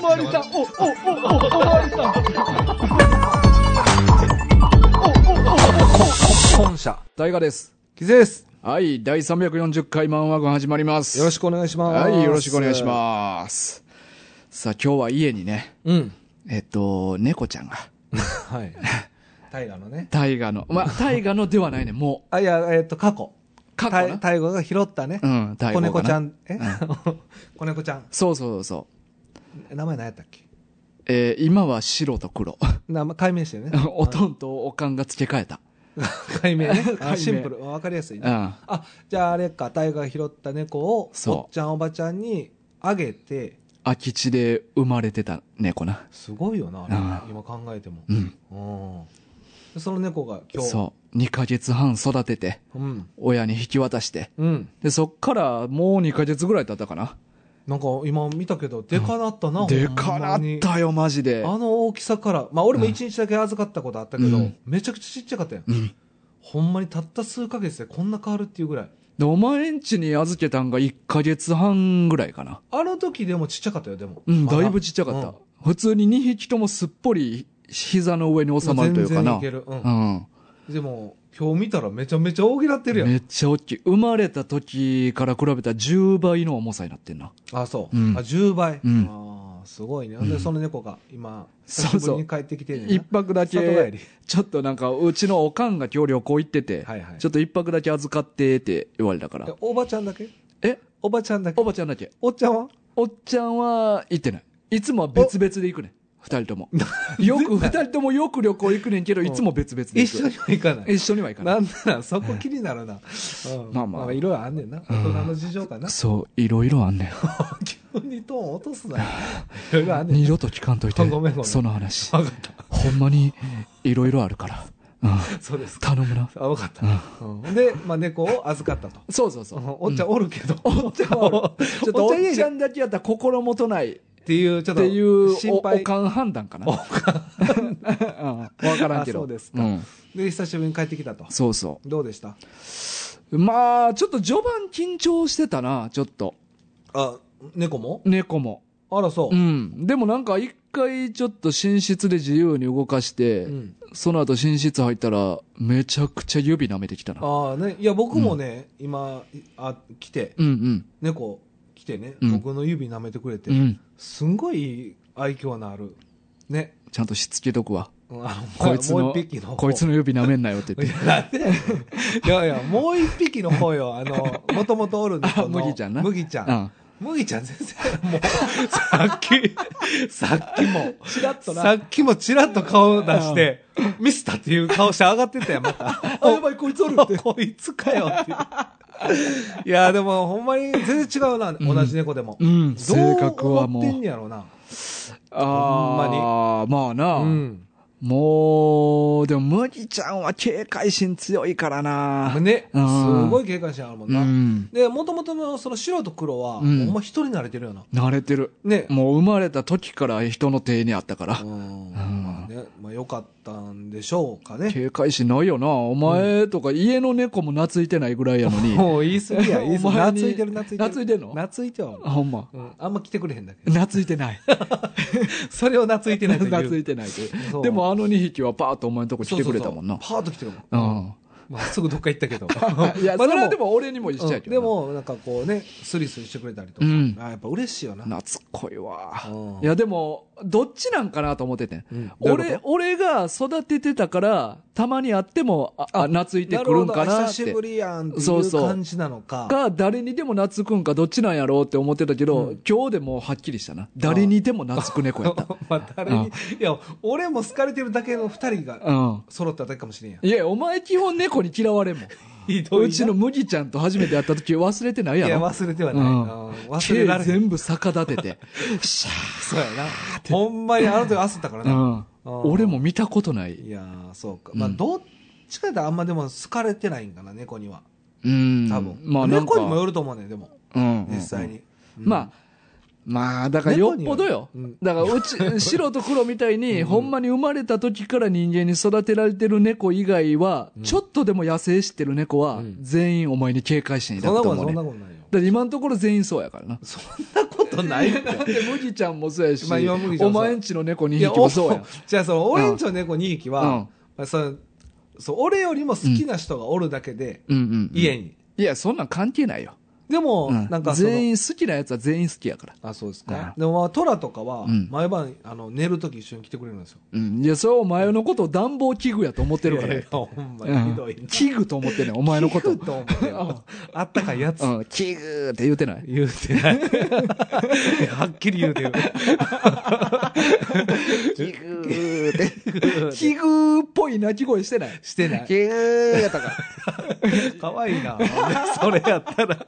まわりさん、お、お、お、お、おまわりさん。本社、大河です。キゼです。はい、第340回漫画軍始まります。よろしくお願いしまはす。い、よろしくお願いします。さあ、今日は家にね、す。うん。えっと、猫ちゃんが、はい。 大河のね。大河の、 まあ、大河のではないね、もあ、いや、えっと、過去。う、過大去な。大河が拾ったね。うん、大河子猫かちゃな。ん、え 子猫ちゃん。そうそうそう。名前何やったっけえー今は白と 黒。。名前、解明してるねおとんとおかんが付け替えた。 解明ね。解明あシンプル。わかりやすいね。うん。あ、じゃああれか、大河が拾った猫を、そうおっちゃんおばちゃんにあげて、空き地で生まれてた猫な。すごいよな、あうれ。今考えてもう。ん。うん。その猫が今日。そう。2ヶ月半育てて、う。うん。親に引き渡して。うん。で、そっからもう2ヶ月ぐらい経ったかな。なんか今見たけど、でかなったな、でかなほっんまにたよ、マジで。あの大きさから、まあ俺も一日だけ預かったことあったけど、うんめちゃくちゃちっちゃかったよ。うん。ほんまにたった数ヶ月でこんな変わるっていうぐらい。で、お前んちに預けたんが1ヶ月半ぐらいかな。あの時でもちっちゃかったよ、でも。うん、まだいぶちっちゃかった。うん普通に2匹ともすっぽり膝の上に収まるというかな。全然いける。うん。うん。でも、今日見たらめちゃめちゃ大きなってるやん。めっちゃ大きい。生まれた時から比べたら10倍の重さになってんな。あ、そう。うんあ、10倍。うんああ、すごいね。うで、んその猫が今、そう久しぶそうりに帰ってきてんねんな一泊だ里帰け、り。ちょっとなんか、うちのおかんが今日旅行行ってて、はいはいちょっと一泊だけ預かってって言われたからえ。おばちゃんだけえおばちゃんだけおばちゃんだけ。おっちゃんはおっちゃんは行ってない。いつもは別々で行くねん。二人と も。よく、二人ともよく旅行行くねんけど、うんいつも別々で行く。一緒には行かない。一緒には行かない。なんならそこ気になるな。うんまあまあいろいろあんねんな。大人の事情かな。そう、いろいろあんねん。急にトーン落と すなよ。いろいろあんねん二な。度と聞かんといてあごめんごめん。その話。わかった。ほんまに、いろいろあるから。うん。そうですか。頼むな。あ、わかった。うんで、まあ猫を預かったと。そうそうそうう。んおっちゃんうおるけど。 おっちゃんおる ちょっとおっちゃっんだけやったら心もとない。ていう、ちょっっとていうお心お配。かん判断かな。お かん。わからんけど。あそうですかんで、久しぶりに帰ってきたと。そうそどうでしたう。まあ、ちょっと序盤緊張してたな、ちょっと。あ、猫も猫も。あら、そうう。ん。でもなんか一回ちょっと寝室で自由に動かして、うん。その後寝室入ったら、めちゃくちゃ指舐めてきたな。ああね、いや、僕もね、今、あ、来て、うんうん。猫来てね、うん僕の指舐めてくれてう、ん。すんごい愛嬌のある。ね。ちゃんとしつけとくわ。うんあのこいつものう一匹の、方。こいつの指舐めんなよって い言って。や、なんでやねんいやいや、もう一匹の方よ。あの、もともとおる猫の。あ麦ちゃんな麦ちゃ。うんん。麦ちゃん全然、もう、さっき、さっきも、チラッさっきもチラッと顔出して、ミスったっていう顔して上がってたよ、また。 あ、やばい、こいつおるって。 こいつかよっていう。いや、でもほんまに全然違うな、同じ猫でも。うん、どう性格はも思ってんう。やろうな。ああ、まあな。うん。もう、でも、麦ちゃんは警戒心強いからな。ね、すうんごい警戒心あるもんうな。ん。で、もともとのその白と黒は、うんほんま人に慣れてるよな。慣れてる。ね。もう生まれた時から人の手にあったからう。ん。まあね、まあ良かったんでしょうか ね。警戒心ないよな。お前とか家の猫も懐いてないぐらいやのに。もう言い過ぎや、言い過ぎ。お前に懐いてる、懐いてる。懐いてんの懐いてはおるあほんま。うん。あんま来てくれへんだけど。懐いてない。それを懐いてないという。懐いてないでそうでもあの2匹はパーッとお前のとこ来てくれたもんな。そうそうそうパーッと来てるうもん。ん。。まあすぐどっか行ったけど いや、まあそれはで、も俺にも一緒やけうんでどな。も、なんかこうね、スリスリしてくれたりとか。うんあやっぱ嬉しいよな。懐っこいわ。うんいや、でも、どっちなんかなと思ってて。うんどういう俺、俺が育ててたから、たまに会っても、あ、あ懐いてくるんかなるほなどっ久してぶ。りやんっていそううそう感じなのか。が、誰にでも懐くんかどっちなんやろうって思ってたけど、うん今日でもうはっきりしたな。誰にでも懐く猫や った。まあ、誰うんに、いや、俺も好かれてるだけの二人がうん。揃っただけかもしれんやん。いや、お前基本猫に嫌われんもん。ひどいなうちの麦ちゃんと初めて会った時忘れてないいやろ。や、忘れてはない。ううんん忘れられ毛へん。全部逆立て て。シそうやな。ほんまにあの時焦ったからャーな。うん。うん俺も見たことない。いやー、そうか。まあ、うんどっちかやったらあんまでも好かれてないんかな、猫には。うん。多分。まあなんか。猫にもよると思うねん、でも。うん実際に。うんまあ、まあ、だからよっぽどよ猫にはうん。だからうち、 白と黒みたいに、ほんまに生まれた時から人間に育てられてる猫以外は、ちょっとでも野生知ってる猫はう、ん全員お前に警戒心抱そんなくとこ思とうね。だそんかなことないよ。ら今のところ全員そうやからな。そんなことことないって。だって、むぎちゃんもそうやし、まあ今麦ちゃんおもそう前んちの猫2 いや匹もそうや。じゃあ、その、俺んちの猫2匹は、うんまあ、そのそう、俺よりも好きな人がおるだけで、うんうん。家に。いや、そんなん関係ないよ。でも、うんなんかその、全員好きなやつは全員好きやから。あ、そうですうんか。でも、まあ、トラとかはうん、毎晩、あの、寝るとき一緒に来てくれるんですよ。うん。いや、それはお前のことを暖房器具やと思ってるからいやいよや。ほんまうにひどいん。器具と思ってんねんお前のこと。と思って よあったかいやつ。うん、器具って言うてない。言うて ない。いやはっきり言うてる。器具って。器具っぽい鳴き声してない。してな い。器具やったから。可愛いな。それやったら。い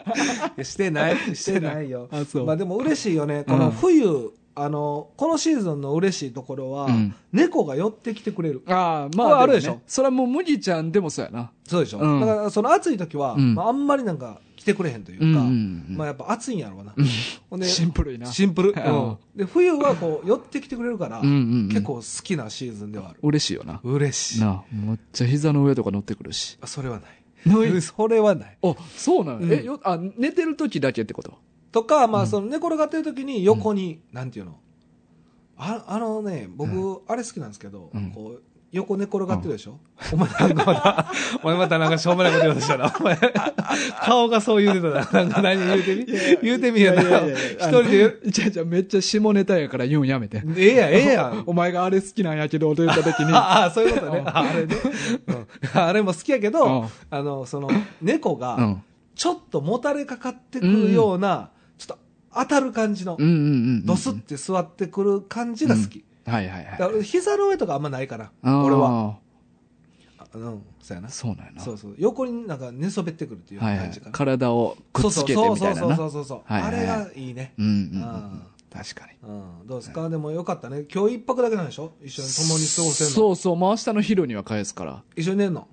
やしてない。してないよ。あそうまあでも嬉しいよね。この冬、あの、このシーズンの嬉しいところは、うん猫が寄ってきてくれる。ああ、まこれあ、あるでしょもねそれはもう麦ちゃんでもそうやな。そうでしょ、うんだからその暑い時は、うんまあ、あんまりなんか来てくれへんというか、うんうんうんまあやっぱ暑いんやろうな。ほんで、シンプルにな。シンプル。うんで、冬はこう寄ってきてくれるから、うんうんうん結構好きなシーズンではある。嬉しいよな。嬉しい。なあ、むっちゃ膝の上とか乗ってくるし。あそれはない。ないうんそれはない。あ、そうなの、うんえ、よ、あ、寝てる時だけってこととか、まあ、その寝転がってる時に横に、なんていうのああのね、僕、あれ好きなんですけど、うんこう、横寝転がってるでしょ、お前なんかまた、 お前またなんかしょうもないこと言おうとしたな。お前、顔がそう言うてたな。なんか何言うてみ言うてみやな。一人で言う。で。じゃじゃめっちゃ下ネタやから言うんやめて。ええやん、ええやん。お前があれ好きなんやけど、と言った時に。ああ、そういうこと ねう。んああれね。うんあれも好きやけうんど、あの、その、猫うが、ん。ちょっともたれかかってくるような、ちょっと当たる感じのうんう、んうんうん。ドスって座ってくる感じが好き。はいはいだかはら膝の上とかあんまないから、い。俺は。は。あうん、そうやな。そうなんやな。そうそう。横になんか寝そべってくるっていうはいは感じいか。な。体をくそっうつそうけてそうみそたいうなそうな。そううそうそう。はいはあいはいれがいいね。んうんううんん。確かに。うん、どうですかでもよかったね。今日一泊だけなんでしょ一緒に共に過ごせるの。そうそう、もう明日の昼には返すから。一緒に寝るの。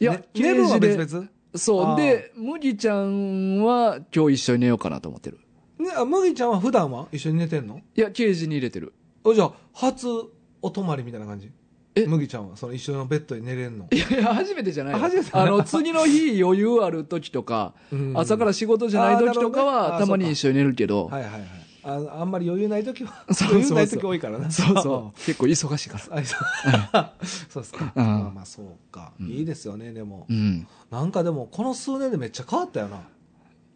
いやね、寝るのはケージ別で々そう。あーで、麦ちゃんは今日一緒に寝ようかなと思ってる。ね、あ麦ちゃんは普段は一緒に寝てんのいや、ケージに入れてる。あじゃあ、初お泊まりみたいな感じえ麦ちゃんはその一緒のベッドに寝れんのいやいや、初めてじゃないよ。あ初めてあの、次の日余裕ある時とか、うん朝から仕事じゃない時とかあーなるほどねは、あーたまに一緒に寝るけど、はいはいはい。ああんまり余裕ない時は、 そうそうそう余裕ない時多いからな。 そうそう。結構忙しいから。あそう そうですか。うんまあまあそうか。んいいですよね、でもう。ん。なんかでも、この数年でめっちゃ変わったよな。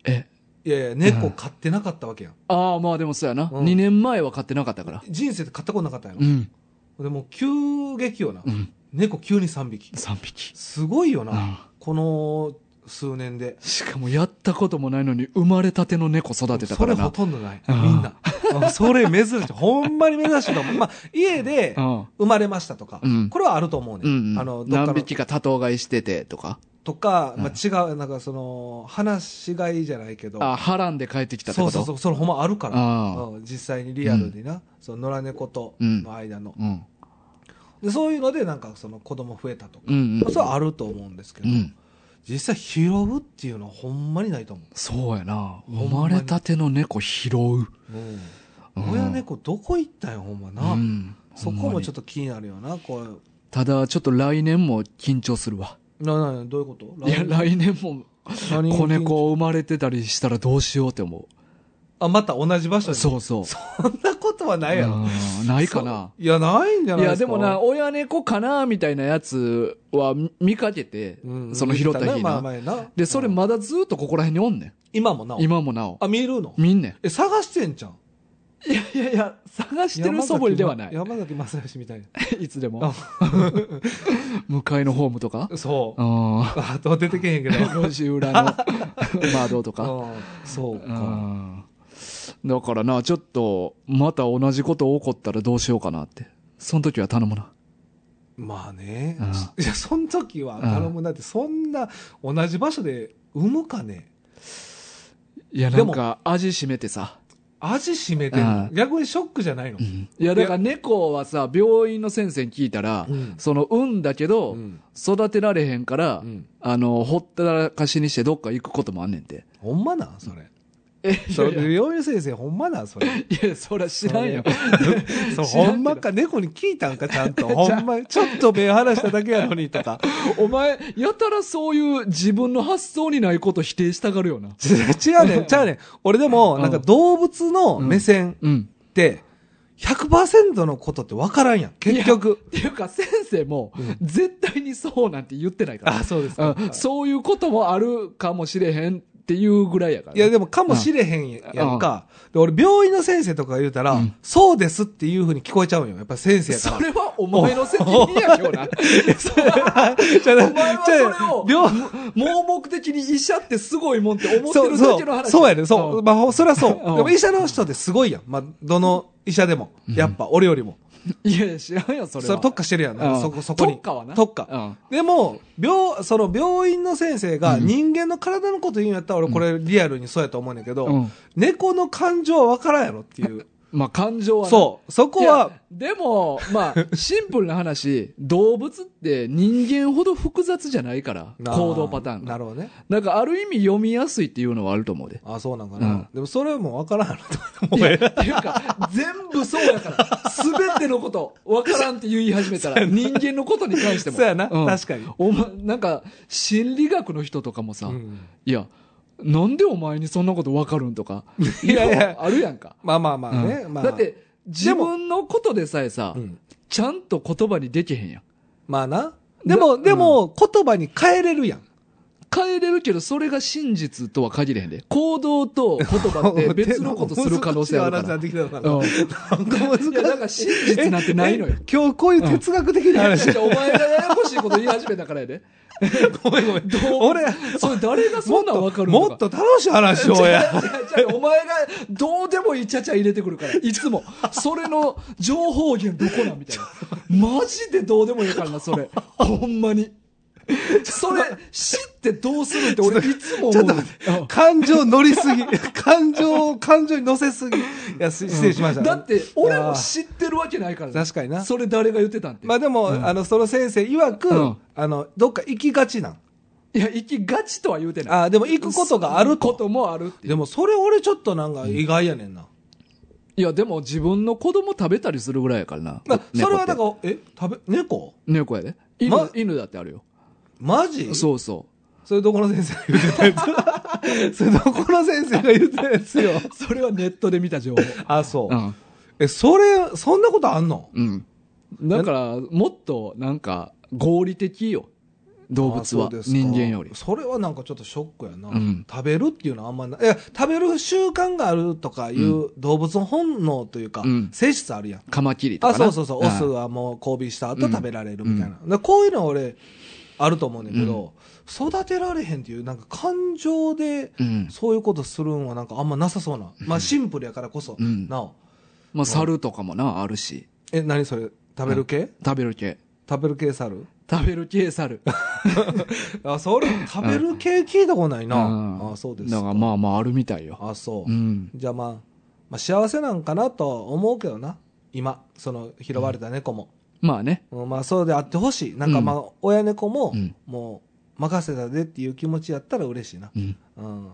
え、いやいや、猫飼ってなかったわけやん。ああ、まあでもそうやな。うん2年前は買ってなかったから。人生で飼ったことなかったや。うんん。でも、急激よなう。ん。猫急に3匹。 3匹。すごいような。んこの数年で。しかもやったこともないのに生まれたての猫育てたそかれらほな。とんどない。うみんんな。あそれ珍しい。ほんまに珍しいと思う。まあ、家でうん生まれましたとかうん、これはあると思うね。うんうん。あの、どっか何の匹か多頭飼いしててとか。とか、まあ、違う、なんかその、話しがいじゃないけど、あ、波乱で帰ってきたってそこうとそうそう、それほんまあるから、ああうん実際にリアルにな、その野良猫との間の、うん。で、そういうので、なんかその子供増えたとか、うんうん。それはあると思うんですけうど、ん。実際拾うっていうのはほんまにないと思そうやな。んま生にまれたての猫拾う。うう。ん親猫どこ行ったよ、ほんまな。うんそこもちょっと気になるよな、こう。ただ、ちょっと来年も緊張するわ。な、な、どういうこといや、来年も何子猫生まれてたりしたらどうしようって思あ、また同じ場所う。に。そうそう。そんなことはないやろ。うんないかなそ。ういや、ないんじゃいないでや、すか。でもな、、親猫かなみたいなやつはみ見かけて、その拾った日まあな。前な。で、それまだずっとここら辺におんねん。今もなお。今もなお。あ、見るの見んねん。え、探してんじゃん。いやいやいや、探してる素振りではない。山崎まさよしみたいいつでも。向かいのホームとかな。 そうう。ん。 あと出てけへんけど。路地裏の窓とか。うんそううか。ん。だからな、ちょっと、また同じこと起こったらどうしようかなって。その時は頼むな。まあねうん。いや、そん時は頼むなって、そんな同じ場所で産むかね。いや、なでんもか、味しめてさ。味しめてるうん逆にショックじゃないの。いや、だから猫はさ、病院の先生に聞いたら、うんその、産んだけど、うん育てられへんから、うんあの、ほったらかしにしてどっか行くこともあんねんて。ほんまなんそれ。えそれいやい病院の先生、ほんまなん、それ。やいや、そら知らんよ。 そう知らんけどほんまか、猫に聞いたんか、ちゃんと。ほん ま、ちょっと目離しただけやのに、とか。お前、やたらそういう自分の発想にないこと否定したがるよな。ち違う ねん、違うねん。俺でも、うんなんか動物の目線うん。って、100%のことって分からんやん、結局。っていうか、先生も、絶対にそうなんて言ってないから。そうですうんそういうこともあるかもしれへんっていうぐらいやからいね。や、でも、かもしれへんやんか。で俺、病院の先生とかが言うたら、うんそうですっていうふうに聞こえちゃうんよ。やっぱ先生やかそら。れはお前の責任やけどな。じゃなお前はじゃそれ病盲目的に医者ってすごいもんって思ってそうるだそけのう話。そうやねそう、んまあほそりゃそうでうんも医者の人ってすごいやん、まあ、どの医者でもやっぱ俺よりも、いやいや、知らんよ、それそは。れ特化してるやん、なんかうんそこそこに特化はな特化でも病その病院の先生が人間の体のこと言うんやったら俺これリアルにそうやと思うねんけど、うん猫の感情は分からんやろっていうまあ、感情はなそうそこはいやでも、ま あ、シンプルな話、動物って人間ほど複雑じゃないから、なあ行動パターンが。なるほどねなんか、ある意味読みやすいっていうのはあると思うで。あそうなんかな、うんでもそれも分からんやろとい思やうっていうか、全部そうやから、すべてのこと、わからんって言い始めたら、人間のことに関しても。そうやな、ん確かに、お前、なんか、心理学の人とかもさ、うんいや、なんでお前にそんなことわかるんとか、いやいやあるやんか。まあまあまあね、うんまあ、だって、自分のことでさえさ、うんちゃんと言葉にできへんやん。まあな。でも、でも、言葉に変えれるやん。変えれるけど、それが真実とは限れへんで。行動と言葉 って別のことする可能性あるから。難しい話になってきたうのんかな。なんか難しいや、だから真実なんてないのよ。え今日こういう哲学的な話。お 前がややこしいこと言い始めたからやで。ごめんごめん。俺、それ誰がそんなんわかるのもっと楽しい話を や。違う違う違うお前がどうでもいいちゃちゃ入れてくる から、いつも。それの情報源どこなんみたいな。 マジでどうでもいいからな、それ。ほんまに。それ、知ってどうするって俺いつも思う。うん 感情乗りすぎ。感情を感情に乗せすぎ。いや、す失礼しました。だって、俺も知ってるわけないからね確かになそれ誰が言ってたんって。まあでも、あの、その先生曰く、うんあの、どっか行きがちなん。いや、行きがちとは言うてない。あでも行くことがあること。ともあるっていうでもそれ俺ちょっとなんか意外やねんな。いや、でも自分の子供食べたりするぐらいやからな。まあそれはだら。から、え食べ、猫猫やで。犬、ま犬だってあるよ。マジそうそそれどこの先生が言ってたやつそれどこの先生が言ってたやつ よ。う。それはネットで見た情報。あ、そう。うん。え、それ、そんなことあんのうん。だから、もっと、なんか、合理的よ。動物あはそう、ですか人間より。それはなんかちょっとショックやな。うん食べるっていうのはあんまない。いや、食べる習慣があるとかいう動物の本能というか、うん性質あるやん。カマキリとあ、かな。そうそうそう。オスんはもう交尾した後食べられるみたいな。だからこういうのは俺、あると思うねんだけど、育てられへんっていう、なんか感情で、うん。そういうことするんはなんかあんまなさそうな。まあシンプルやからこそ、うんなお。まあ、猿とかもな、あるし。え、何それ食べる系、食べる系。食べる系猿食べる系猿。 あ、それ、食べる系聞いたことないな。うんあ、そうですだか。から、まあまあ、あるみたいよ。あ、そう。うん。じゃあまあ、まあ幸せなんかなとは思うけどな。今、その拾われた猫も。まあね。うんまあそうであってほしい。なんかまあ、親猫も、うんもう、任せたでっていう気持ちやったら嬉しいな。うん。うん。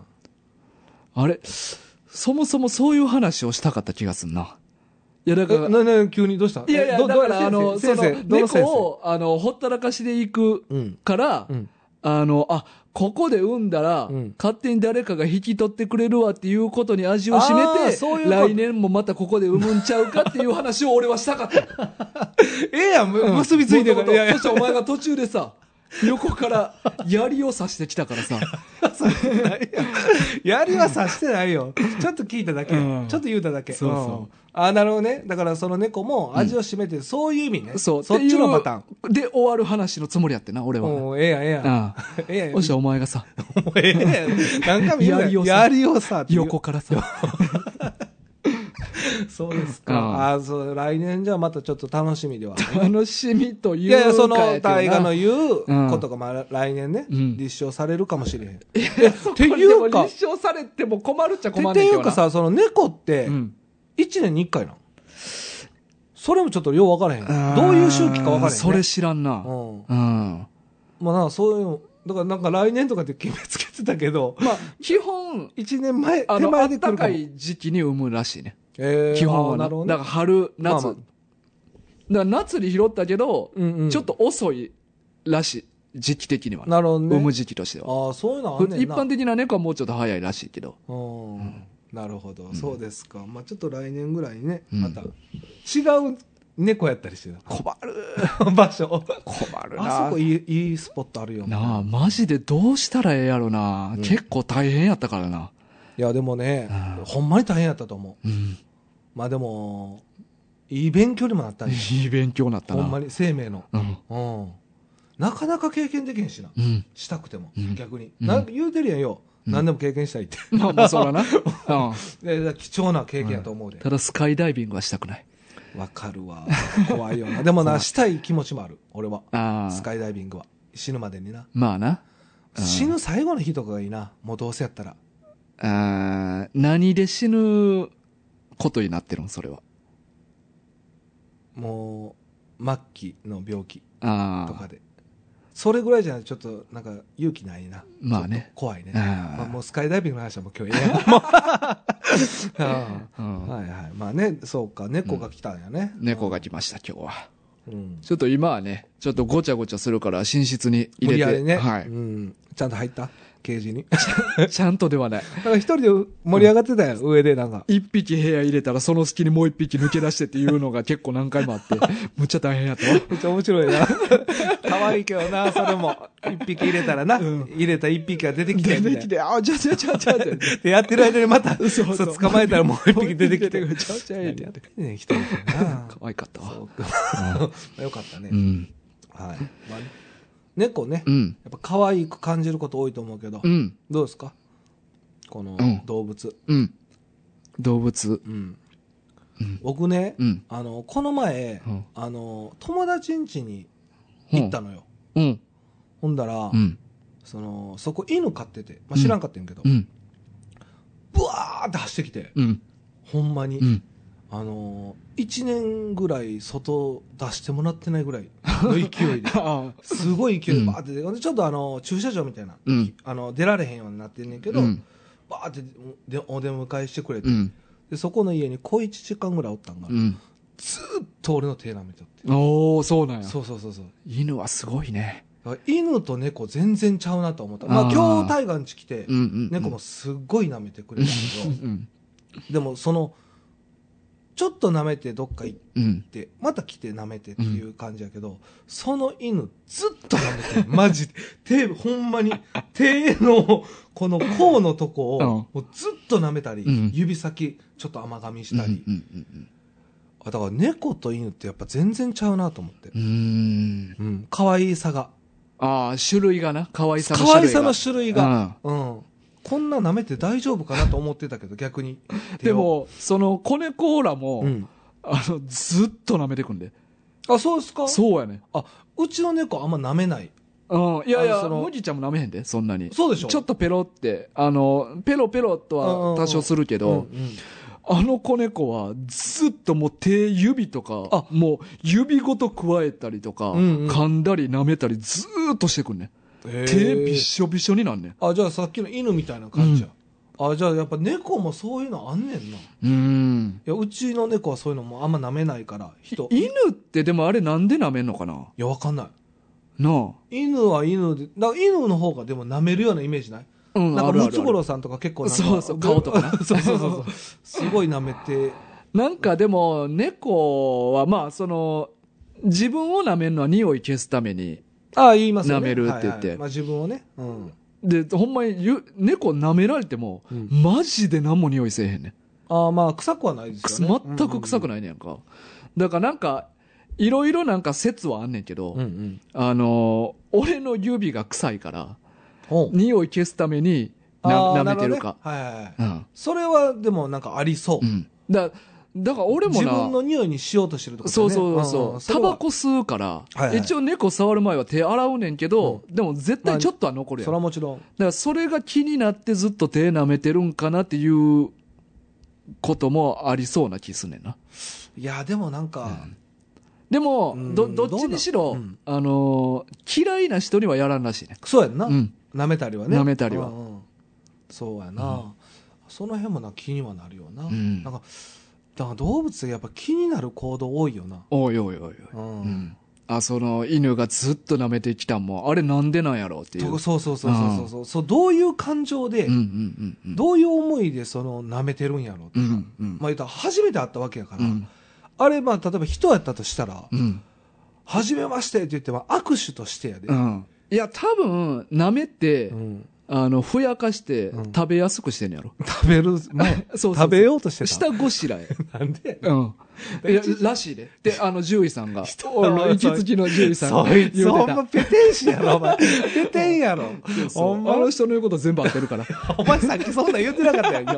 あれそもそもそういう話をしたかった気がすんな。いや、だえ、から、な、な、急にどうしたいやいや、えどだから、あの、どその先生、どの先生猫を、あの、ほったらかしで行くうん。から、うん。あの、あ、ここで産んだら、うん勝手に誰かが引き取ってくれるわっていうことに味を占あめーて、そういうこと来年もまたここで産むんちゃうかっていう話を俺はしたかった。ええやん、む 結びついてるから。いやいそやしてお前が途中でさ、横から槍を刺してきたからさ、 やりはさしてないよ。ちょっと聞いただけ。うんちょっと言うただけ。そうそうんあ、なるほどね。だからその猫も味を占めてる、そういう意味ね。そう、 そっちのパターンっていうで終わる話のつもりやってな、俺は。うん。ええやん、ええやん。あええやん。 そしてお前がさ、もうええやん。何回も言うやりをさやんやりをさっていう。横から さ、そうですうんか。あそう、来年じゃあまたちょっと楽しみでは。楽しみといういかやいや、その、やけどな大河のい言うんうことが、まあ、来年ね、うん立証されるかもしれへん。っや そこてにいでもうか立証されても困るっちゃて困っんねてんいけどうなかさ、その猫ってう、ん1年に1回なんそれもちょっとよう分からへん。あーどういう周期か分からへん、ね。それ知らんな。ううん。ん。まあな、そういうのだからなんか来年とかって決めつけてたけど、まあ、基本、 1年前、あ手の、前で暖来るかかも。い時期に産むらしいね。えー基本はあーなな。るほどねだから春、夏。まあまだあから夏に拾ったけど、うんうんちょっと遅いらしい。時期的にはね、なるほどね。産む時期としては。ああ、そういうのあんねんな。一般的な猫はもうちょっと早いらしいけど。うん、なるほど、そうですか、まあ、ちょっと来年ぐらいにね、うんまた違う猫やったりしてな 困る。場所困るあなそこいいいいスポットあるよなあ、マジでどうしたらええやろな、結構大変やったからな。いやでもね、うんほんまに大変やったと思うん。うまあでもいい勉強にもなったんしいい勉強になったほな。んまに生命の、うん。うん、なかなか経験できへんしなうん。したくても、うん逆に、うんなんか言うてるやんよ、うん何でも経験 したいってまあまあ、そうだな。うん。でだから貴重な経験やと思うでただ、スカイダイビングはしたくない。わ、かるわ怖いよなでもなしたい気持ちもある俺はあスあ。カイダイビングは死ぬまでになまあな。うん死ぬ最後の日とかがいいなもうどうせやったらあー何で死ぬことになってるんそれは。もう末期の病気とあかでそれぐらいじゃないとちょっとなんか勇気ないなまあねちょっと怖いねあーまあ、もうスカイダイビングの話はもう今日え えやんもうああ。うーんはいはいまあねそうか猫が来たんやね、猫が来ました、今日は。うん、ちょっと今はね、ちょっとごちゃごちゃするから、寝室に入無理れやて。りね、はい。うん、ちゃんと入ったケージに ちゃんとではない。なんか一人で盛り上がってたやん、上でなんか一匹部屋入れたらその隙にもう一匹抜け出してっていうのが結構何回もあ って、むっちゃ大変やったわ。めっちゃ面白いな 可愛いけどなそれも一匹入れたらな、入れた一匹が出てきて出みてたいなきて、あ、ちゃうちゃうちゃうちゃうって。で、やってる間にまた、そうそうそう捕まえたらもう一匹出てきて。もう一匹出てくるちゃうちゃうやん何やってんねん、一人 でな。可愛かったそわ。うかよかったね。うん。はい。まあ猫ね、うやん。っぱ可愛く感じること多いと思うけどう、ん。どうですかこのうん動物。うん。動物。うんうん僕ねう、ん。あの、この前うん、あの、友達ん家に行ったのよ。うん。ほんだらう、ん。その、そこ犬飼ってて、まあ知らんかったんやけどう、ん。ブワーって走ってきて、うん。ほんまにう。ん。あのー、1年ぐらい外出してもらってないぐらいの勢 いでああ。すごい勢いでうんバーって出て、ほんでちょっとあのー駐車場みたいな、うん。あのー出られへんようになってんねんけど、うん。バーってでお出迎えしてくれて、うん。でそこの家に小1時間ぐらいおったんが、うずん。っと俺の手舐めとって、おー、そうなんや。そうそうそうそう犬はすごいね。だから犬と猫全然ちゃうなと思ったまああー今日大河ん家来て、うんうん。猫も。すっごい舐めてくれたけうどん。 でもそのちょっと舐めてどっか行ってうん。ってまた来て舐めてっていう感じやけど、その犬ずっと舐 めてるマジで手ほんまに手のこの甲のとこをうんもうずっと舐めたり、うん指先ちょっと甘噛みうしん。たり、うん。あだから猫と犬ってやっぱ全然ちゃうなと思ってう、ん。うん、可愛いさがああ、種類がな。可愛さの種類可が。愛さの種類が、うん。うん、こんな舐めて大丈夫かなと思ってたけど逆に で、も、その、子猫らも、手をうん、あの、ずっと舐めてくんで。あそうですかそうやね。あうちの猫あんま舐めないうん。いやいあのや、その麦ちゃんも舐めへんで、そんなに。そうでしょちょっとペロって、あの、ペロペロとうんうんうんは多少するけど、うんうんあの子猫はずっともう手指とか、あもう指ごと加えたりとか、うんうん噛んだり舐めたりずーっとしてくんね。へー手びっしょびしょになんね。あ、じゃあさっきの犬みたいな感じや。あ、じゃあやっぱ猫もそういうのあんねんな。いうーん。や、うちの猫はそういうのもあんま舐めないから、人。い犬ってでもあれなんで舐めんのかなや、わかんない。な犬は犬で、だから犬の方がでも舐めるようなイメージないあ。うん、なんかあるあムるツあゴロる。ウさんとか結構なんかそうそう顔とかな そうそうそうそう。すごい舐めて。なんかでも、猫はまあ、その、自分を舐めるのは匂い消すために、ああ、言いますよね。舐めるって言ってはいはいまあ自分をね。うん。で、ほんまにゆ猫舐められても、うんマジで何も匂いせえへんねん。ああ、まあ臭くはないですよね。全く臭くなない。いねやんか。だからなんか、いろいろなんか説はあんねんけど、うんうん。あのー俺の指が臭いから、ほう匂い消すためになあー舐めてるか。なほどねはいはいはい。うん。それはでもなんかありそうう。ん。だ、だから俺も自な、分の匂いにしようとしてるってことだそようそうねうんそうんう。そタれはバコ吸うから、はいはい一応猫触る前は手洗うねんけど、でも絶対ちょっとは残るやそん。れはもちろんだからそれが気になってずっと手舐めてるんかなっていうこともありそうな気すんねんな。いやでもなんか、でもう、んど、どっちにしろ、どうなんうんあのー嫌いな人にはやらんらしいね。そうやんな、うん舐めたりはね舐めたりはうんうんそうやな、その辺もな気にはなるよな、うんなんかだから動物やっぱ気になる行動多いよな、おいおいおいおい。うんうん。あ、その、犬がずっと舐めてきたんも、あれなんでなんやろうっていう。とそうそうそうそうそうそう、そうどういう感情で、うんうんうんうん。どういう思いでその舐めてるんやろうとうか、んうん。まあ言ったら初めて会ったわけやから、うんあれまあ例えば人やったとしたらうん。 「はじめまして」って言っても握手としてやで、うん。いや、多分、舐めて、うんあの、ふやかしてう、ん食べやすくしてん ねやろ。食べる前 そうそうそう食べようとしてた下ごしらえ。なんでうん。いや、らしいで。で、あの、獣医さんが、の俺の行きつきの獣医さんがそ言いうつほてんまた。ペテン師やろ お前ペテンやろそうほあんまの人の言うこと全部合ってるから。お前さっきそんなん言ってなかったやん今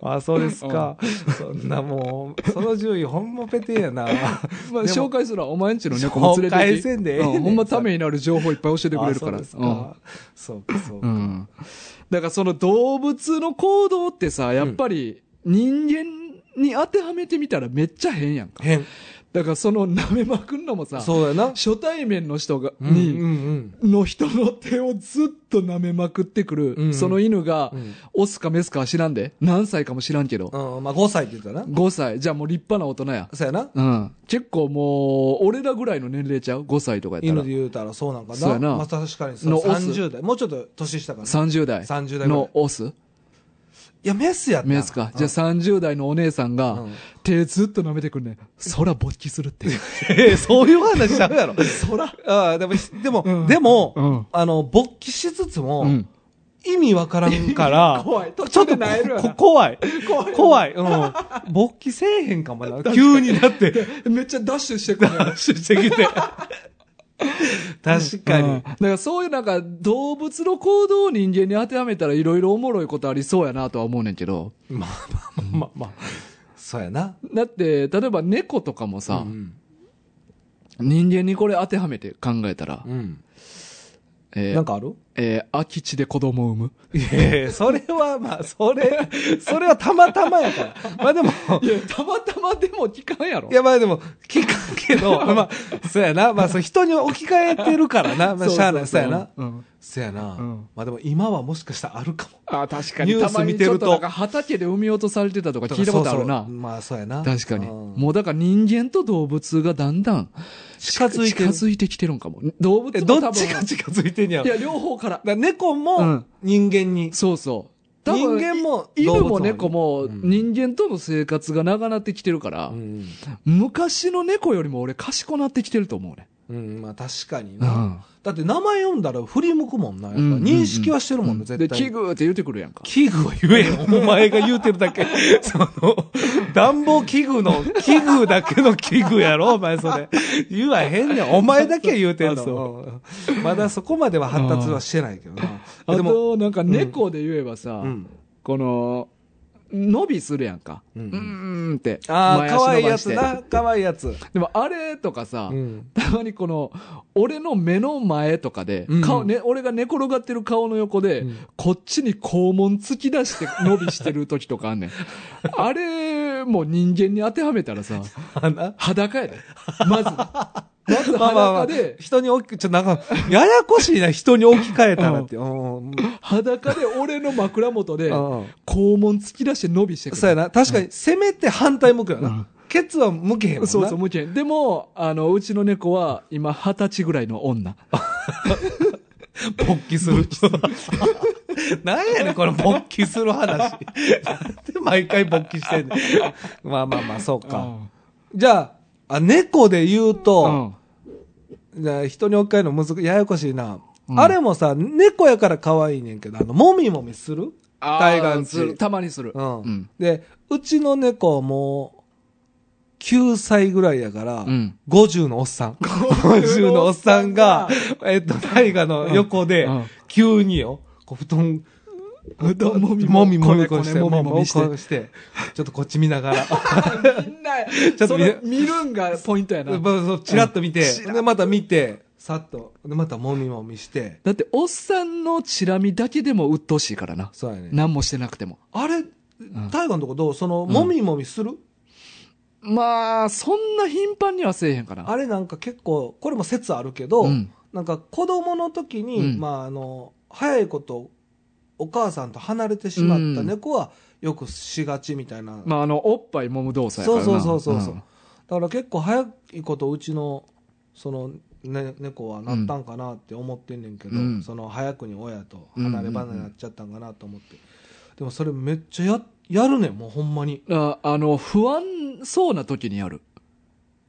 あそうですか、そんなもうその獣医ほんまペテンやな まあ、でも紹介するわお前んちの猫も連れて紹介せんでええねんうん、ほんまためになる情報いっぱい教えてくれるから。あそうですかそうかそううか、ん。うんだからその動物の行動ってさ、やっぱり人間に当てはめてみたらめっちゃ変やんか。変だからその舐めまくんのもさ、そうやな初対面の人が、うんに、うんの人の手をずっと舐めまくってくる、うんうんその犬が、うんオスかメスかは知らんで、何歳かも知らんけど、うん、うん、まあ5歳って言ったな5歳、じゃあもう立派な大人や。そうやなうん。結構もう、俺らぐらいの年齢ちゃう ?5 歳とかやった犬らで。言うたらそうなんかそうやななまあ確かにそうのオス30代もうちょっと年下かな30代。 30代ぐらいのオスいやメスやったメスか。じゃあさ30代のお姉さんがうん、手ずっと舐めてくんねん。空勃起するって。そういう話しちゃうやろ空ああでもでも、うんでも、うんあの勃起しつつも、うん。意味わからんか ら怖い。途ちょ中っでと萎えるわここな。怖い怖 いうん、勃起せえへんかもな急にだってめっちゃダッシュしてくるやん。話してきて確かうんに、だからそういうなんか動物の行動を人間に当てはめたらいろいろおもろいことありそうやなとは思うねんけど。まあまあまあまあそうやなだって、例えば猫とかもさ、うん人間にこれ当てはめて考えたら、うん、えなーんかあるえー空き地で子供を産む。いやいやそれはまあ、それ、それはたまたまやから。まあでも、いや、たまたまでも聞かんやろ。いやまあでも、聞かんけど、 まあ、そうやな。まあそう、人に置き換えてるからな。まあ、しゃあない。そうやな。うん。そうやな。うんまあでも今はもしかしたらあるかも。あ、確かに。ニュースたまに見てるとちょっなんか畑で産み落とされてたとか聞いたことあるそうなそう。まあそうやな。確かに。うんもうだから人間と動物がだんだん近づいてる近づいてきてるんかも。動物えもど多分っちが近づいてんねやいろ。だや、か両方から。ら猫うもん人間に。そうそう。多人分間もい犬動物も猫もうん人間との生活が長なってきてるから、うん。昔の猫よりも俺賢なってきてると思うね。うん、まあ確かにうな。ん。だって名前読んだら振り向くもんな。やっぱうんうんうん認識はしてるもんね、で、絶対器に。具って言ってくるやんか。器具を言えよ。お前が言うてる だけ。その、暖房器具の、器具だけの器具やろ、お前それ。言わへんねん。お前だけ言うてんあの。まだそこまでは発達はしてないけどな。あでも、と、なんか猫で言えばさ、うん。この、伸びするやんか。ううんんうんーんって。ああ、前か足わいい伸やばしつてな、かわいいやつ。でもあれとかさ、うん。たまにこの、俺の目の前とかで、うん顔ね、俺が寝転がってる顔の横で、うんこっちに肛門突き出して伸びしてる時とかあん ねん。あれ、もう人間に当てはめたらさ、あな。裸やで。 まず。まずまあまあま裸あで、、人に置き、ちょ、なんか、ややこしいな、人に置き換えたらって。うん。うん裸で俺の枕元で、うん肛門突き出して伸びしてくる。そうやな。確かに、せめて反対向くようんな。ケツは向けへんもんな。そうそう、無限でも、あの、うちの猫は、今、二十歳ぐらいの女。勃起す る。何やねん、この勃起する話。なんで毎回勃起してんねん。まあまあまあ、そうか。じゃあ、あ猫で言うと、じゃあ人に置き換えるの難しい、ややこしいな。うんあれもさ、猫やから可愛いねんけど、あの、もみもみする対対岸岸する。地。たまにする。うんうん。で、うちの猫はもう、9歳ぐらいやから、うん50のおっさん。50のおっさんが、えっと、大河の横でうんうん、急によ、こう布団、うどんもみもみもみこねここしねて、ももみみももみみししてて、ちょっとこっち見 ながら、みん な、ちょっそと見れ見るんがポイントやな。まあそうチラッと見てチ、で、また見て、さっと、で、またもみもみして、だって、おっさんのチラ見だけでも鬱陶しいからな。そうやね。何もしてなくても。あれ、大河のとこどうその、もみもみするまあ、そんな頻繁にはせえへんかな。あれなんか結構、これも説あるけど、うんなんか子供の時に、うんまああの、早いことお母さんと離れてしまった猫はよくしがちみたいな。まあ、あの、おっぱい揉む動作やからな。そうそうそうそうそうんだから結構早いことうちの、その、ね、猫はなったんかなって思ってんねんけど、うんその早くに親と離れ離れになっちゃったんかなと思って。でもそれめっちゃや、やるねん、もうほんまに。ああの、不安そうな時にやる。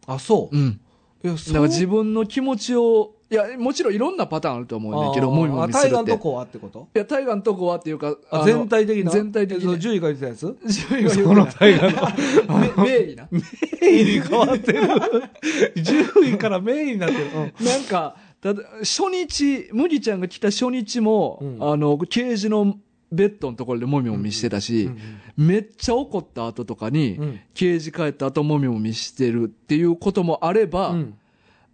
あ、そう。うん。いや、だから自分の気持ちを、いや、もちろんいろんなパターンあると思うねんけど、もみもみすあーある対っ岸て。といこはってことや、大河のとこはっていうか、ああの全体的な。全体的に。 10位が言ってた やつ10位は言うな大河めの。名義な。メインに変わって る。10位からメインになってる。なんか、ただ、初日、麦ちゃんが来た初日も、うんあの、ケージのベッドのところでもみもみしてたし、めっちゃ怒った後とかに、うんケージ帰った後もみもみしてるっていうこともあれば、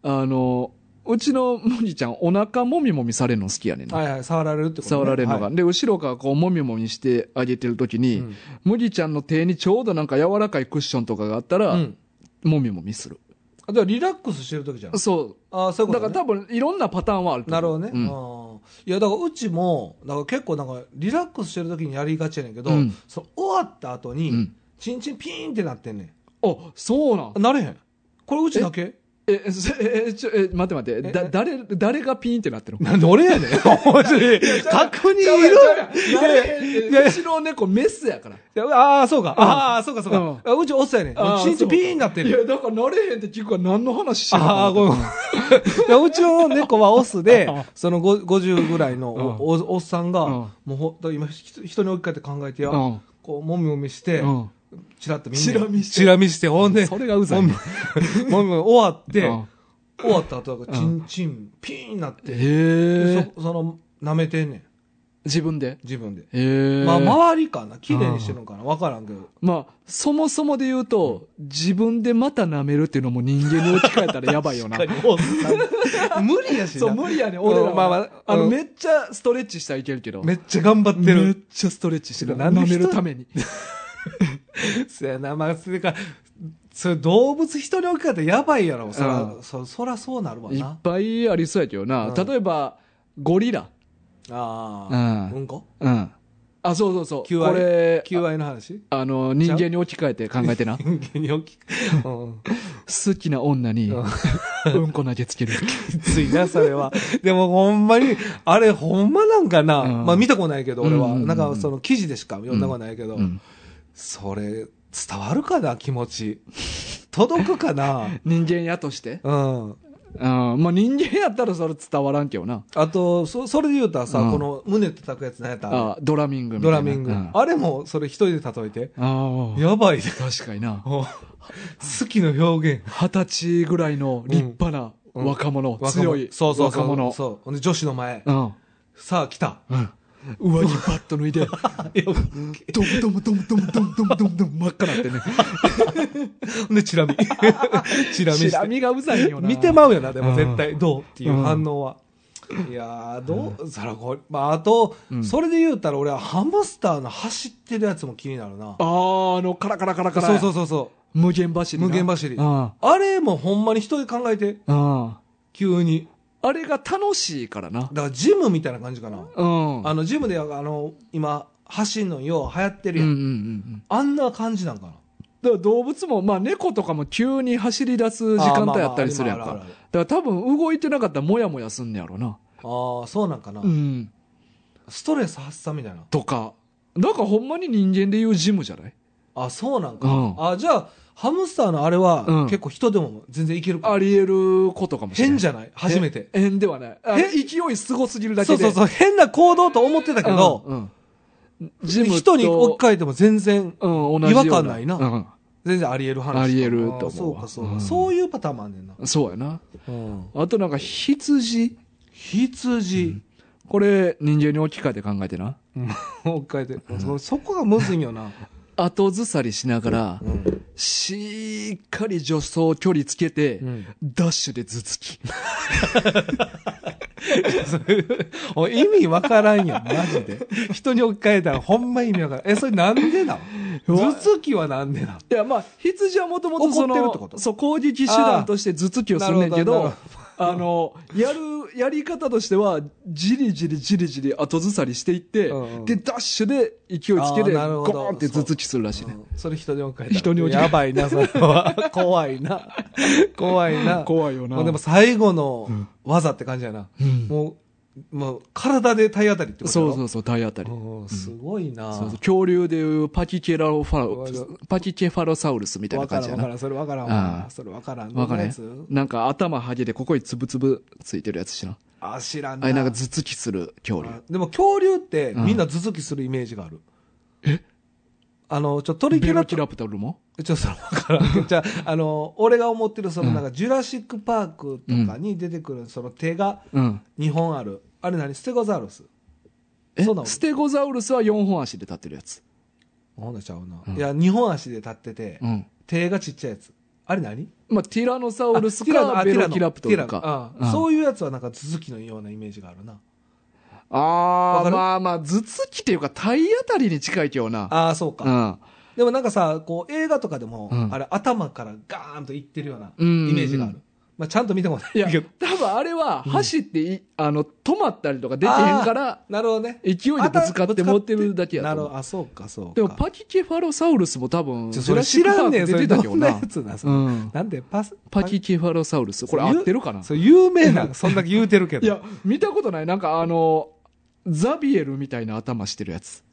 あの、うちの麦ちゃんお腹もみもみされるの好きやねんな。はいはい、触られるってことね触られるのが。はいで、後ろからこう、もみもみしてあげてるときに、うん麦ちゃんの手にちょうどなんか柔らかいクッションとかがあったら、うんもみもみする。あじゃあリラックスしてる時じゃん。そう。あそういうだこかと、らね。多分、いろんなパターンはあるとなるほ思うどうね、んあーいや、だからうちも、だから結構なんか、リラックスしてる時にやりがちやねんけど、うんその終わった後に、うんチンチンピーンってなってんねあ、そうなんん。。なれへん。これうちだけえ、えそえ、え、ちょ、え、待って待って。だ、え誰、誰がピンってなってる のなんで俺やねん。 面白い。確認いるいや、後ろ猫メスやから。いやああ、そうか。ああ、そうか、そうか。うちおっさんやねん。あーチンチンピーンなっている。や、だから慣れへんって聞くから何の話してんのかなああ、ごめんごめん。 いやうちの猫はオス で、そのご50ぐらいのおおおっさんが、うんもうほだ今ひ人に置き換えて考えてや、うんこう、もみもみして、うんチラッとみんな。チラ見してチラ見して、ほんで、それがうざいねもみもみもみ終わって、うん終わった後だから、チンチン、ピーンなって、へえ。そその、舐めてんねん、自分で自分で。へえ。まあ、周りかな綺麗にしてるのかなわからんけど。まあ、そもそもで言うと、自分でまた舐めるっていうのも人間に置き換えたらやばいよな。 無理やしな。そう、無理やね、俺らは。うんまあまああの、うんめっちゃストレッチしたらいけるけど。めっちゃ頑張ってめっる。ちゃストレッチしてる。なんで舐人めるために。そやな、まあ、それか、それ動物人に置き換えたらやばいやろ。そらう、そそらそうなるわいっな。ぱいありそうやけどな。うん例えば、ゴリラ。ああ、ううんこうん。あ、そうそうそう。求愛これ、求愛の話あの、人間に置き換えて考えて な。人間に置き換え。好きな女に、うん うんこ投げつける。うん。きついな、それは。でもほんまに、あれほんまなんかな。うんまあ見たことないけど、う俺んは。うんうんなんかその記事でしか読んだことないけど、うんそれ、伝わるかな、気持ち。届くかな。人間やとして。うん。うん。まあ、人間やったらそれ伝わらんけどな。あと、そ、それで言うたらさ、うんこの胸叩くやつ何やったあドラミングみたドいな。ラミング。うんああれも、それ一人で例えて。あ。やばいね。 確かにな。好きの表現。二十歳ぐらいの立派な若者、若者強いそうそうそう若者。そう。ほんで女子の前。うん。さあ、来た。うん。上着バッと 脱いで、ドムドムドムドムドムドムドムドム真っ赤なってね。ほんで、チラ見。 チラ見チしラて。見がうざいよな。見てまうよな、でも絶う対。どうっていう反応は。いやー、どうそらこれ、まあ、あと、それで言うたら俺はハムスターの走ってるやつも気になるな。あー、あの、カラカラカラカラ。そうそうそうそ無限走りな。無限走りうんう。。あれもほんまに人で考えて。うん。急に。あれが楽しいからな。だからジムみたいな感じかな。うん。あの、ジムで、あの、今、走んのよう流行ってるうんや。うんうんん。あんな感じなんかな。だから動物も、まあ猫とかも急に走り出す時間帯やったりするやんか。あーまあだかまああるあるら多分動いてなかったらもやもやすんねやろな。ああ、そうなんかな。うん。ストレス発散みたいな。とか。なんかほんまに人間で言うジムじゃないあそうなんか。うんあじゃあ、ハムスターのあれは、うん結構人でも全然いけるかあり得ることかもしれない。変じゃない初めて。え。変ではない。あえ勢いすごすぎるだけそうで。そうそう。変な行動と思ってたけど、うん。うんジムと人に置き換えても全然、うん、同じよう違和感ないなうん全然あり得る話。あり得ると思うあーそうか、そうか、うんそういうパターンもあんねんな。そうやな。うん。あとなんか羊。羊、これ人間に置き換えて考えてな。置き換えて、そ。そこがむずいんよな。後ずさりしながら、うん。しっかり助走距離つけて、うんダッシュで頭突き。それお 意味わからんやん、マジで。人に置き換えたらほんま意味わからん。え、それなんでなの頭突きはなんでなのいや、まあ、羊はもともとそ怒ってるってこの、とそう、攻撃手段として頭突きをするねんけあーなどるほ、 あの、やる、やり方としては、じりじりじりじり後ずさりしていってうんう、んで、ダッシュで勢いつけて、あーなるゴほどーンって頭突きするらしいね。それ人に置き換えたら。人に置き換えやばいな、それ は。怖いな。怖いな。怖いよなもうでも最後の技って感じやな。もう、もう体で体当たりってことそうそううそう、体当たり。そう。すごいな。そうそう恐竜でいうパキケラファわかるロ、パキケファロサウルスみたいなわか感らじんやなわか。らん、それわからんあわあ。それわからん。わかどんなれやんつなんか頭ハゲでここにつぶつぶついてるやつしな。あ、知らんあな。れなんか頭突きする恐竜。あでも恐竜ってうんみんな頭突きするイメージがある。えあの、ちょ、トリケベラロキトラプトルもちょ、それわからんけど。じゃあ、あの、俺が思ってる、その、なんか、ジュラシック・パークとかに出てくる、その手がうん。 2本ある。あれ何ステゴザウルス。えそうなのステゴザウルスは4本足で立ってるやつ。ほんなちゃうな。うんいや、2本足で立ってて、うん。手がちっちゃいやつ。あれ何まあ、ティラノサウルスあティラノかあベロキラプトテルィラノかあ。そううんいうやつはなんか続きのようなイメージがあるな。あわかー、るまあまあ、頭突きっていうか体当たりに近いけどな。ああ、そうか。うん。でもなんかさ、こう映画とかでも、うんあれ頭からガーンといってるようなイうんうんうんメージがある。まあちゃんと見たこといないやけど。、多分あれは走ってい、あの、止まったりとかできへんから、なるほどね。勢いでぶつかって持ってるだけやとなる思ほうど。あ、そうか、そうか。でもパキケファロサウルスも多分、ちょそれ知らんねん、ジそュラシれックパークで出てたけどどんなな。やつなんすかうんなんでパス、パキケファロサウルス。これそう合いうってるかなそう、有名なの、そんだけ言うてるけど。いや、見たことない。なんかあの、ザビエルみたいな頭してるやつ。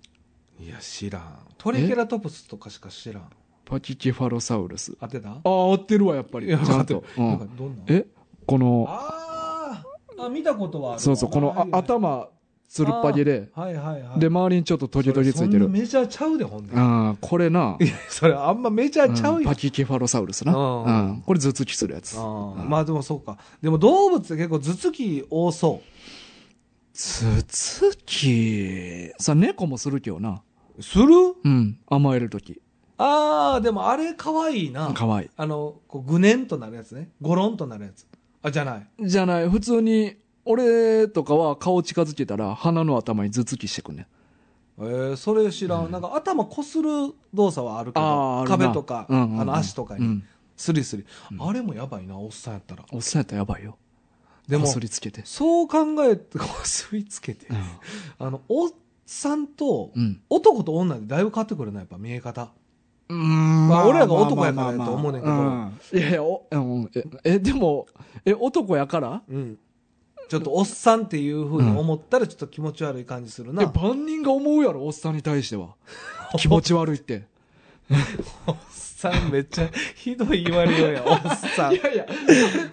いや、知らん。トリケラトプスとかしか知らん。パキケファロサウルス。当てたああ、合ってるわ、やっぱり。いやちゃんと。うん なんかどんなえこの、あーあ、見たことはあるわ。そうそう、このはいあはい、頭、つるっぱげで、はいはいはい。で、周りにちょっとトゲトゲついてそれそるんな。メジャーちゃうで、ほんで。ああ、これな、 いや、それあんまメジャーちゃううんよパ。キケファロサウルスな。うんうんこれ頭突きするやつ。あうーんまあでもそうか。でも動物って結構頭突き多そ頭突き、さ、猫もするけどな。う。するうん、甘えるとき。ああ、でもあれ可愛いな。かわいい。あの、こう、ぐねんとなるやつね。ごろんとなるやつ。あ、じゃない。じゃない、普通に、俺とかは顔近づけたら鼻の頭に頭突きしてくんねん。えー、それ知らん。なんか頭こする動作はあるけあーどあ、るな壁とか、うんうんうんあの足とかうにん、スリスリ。あれもやばいな、おっさんやったら。おっさんやったらやばいよ。でもこ、すりつけて。そう考えて、こすりつけて。あの、おっさんとう、ん。男と女でだいぶ変わってくるな、やっぱ見え方。うんまあ俺らが男やからやと思うねんけどど。いやいや、おうんえ、えでも、え、男やからうん。ちょっとおっさんっていうふうに思ったらちょっと気持ち悪い感じするな。え、万人が思うやろ、おっさんに対して は。気持ち悪いって。さんめっちゃひどい言われようや、 おっさん。いやいや、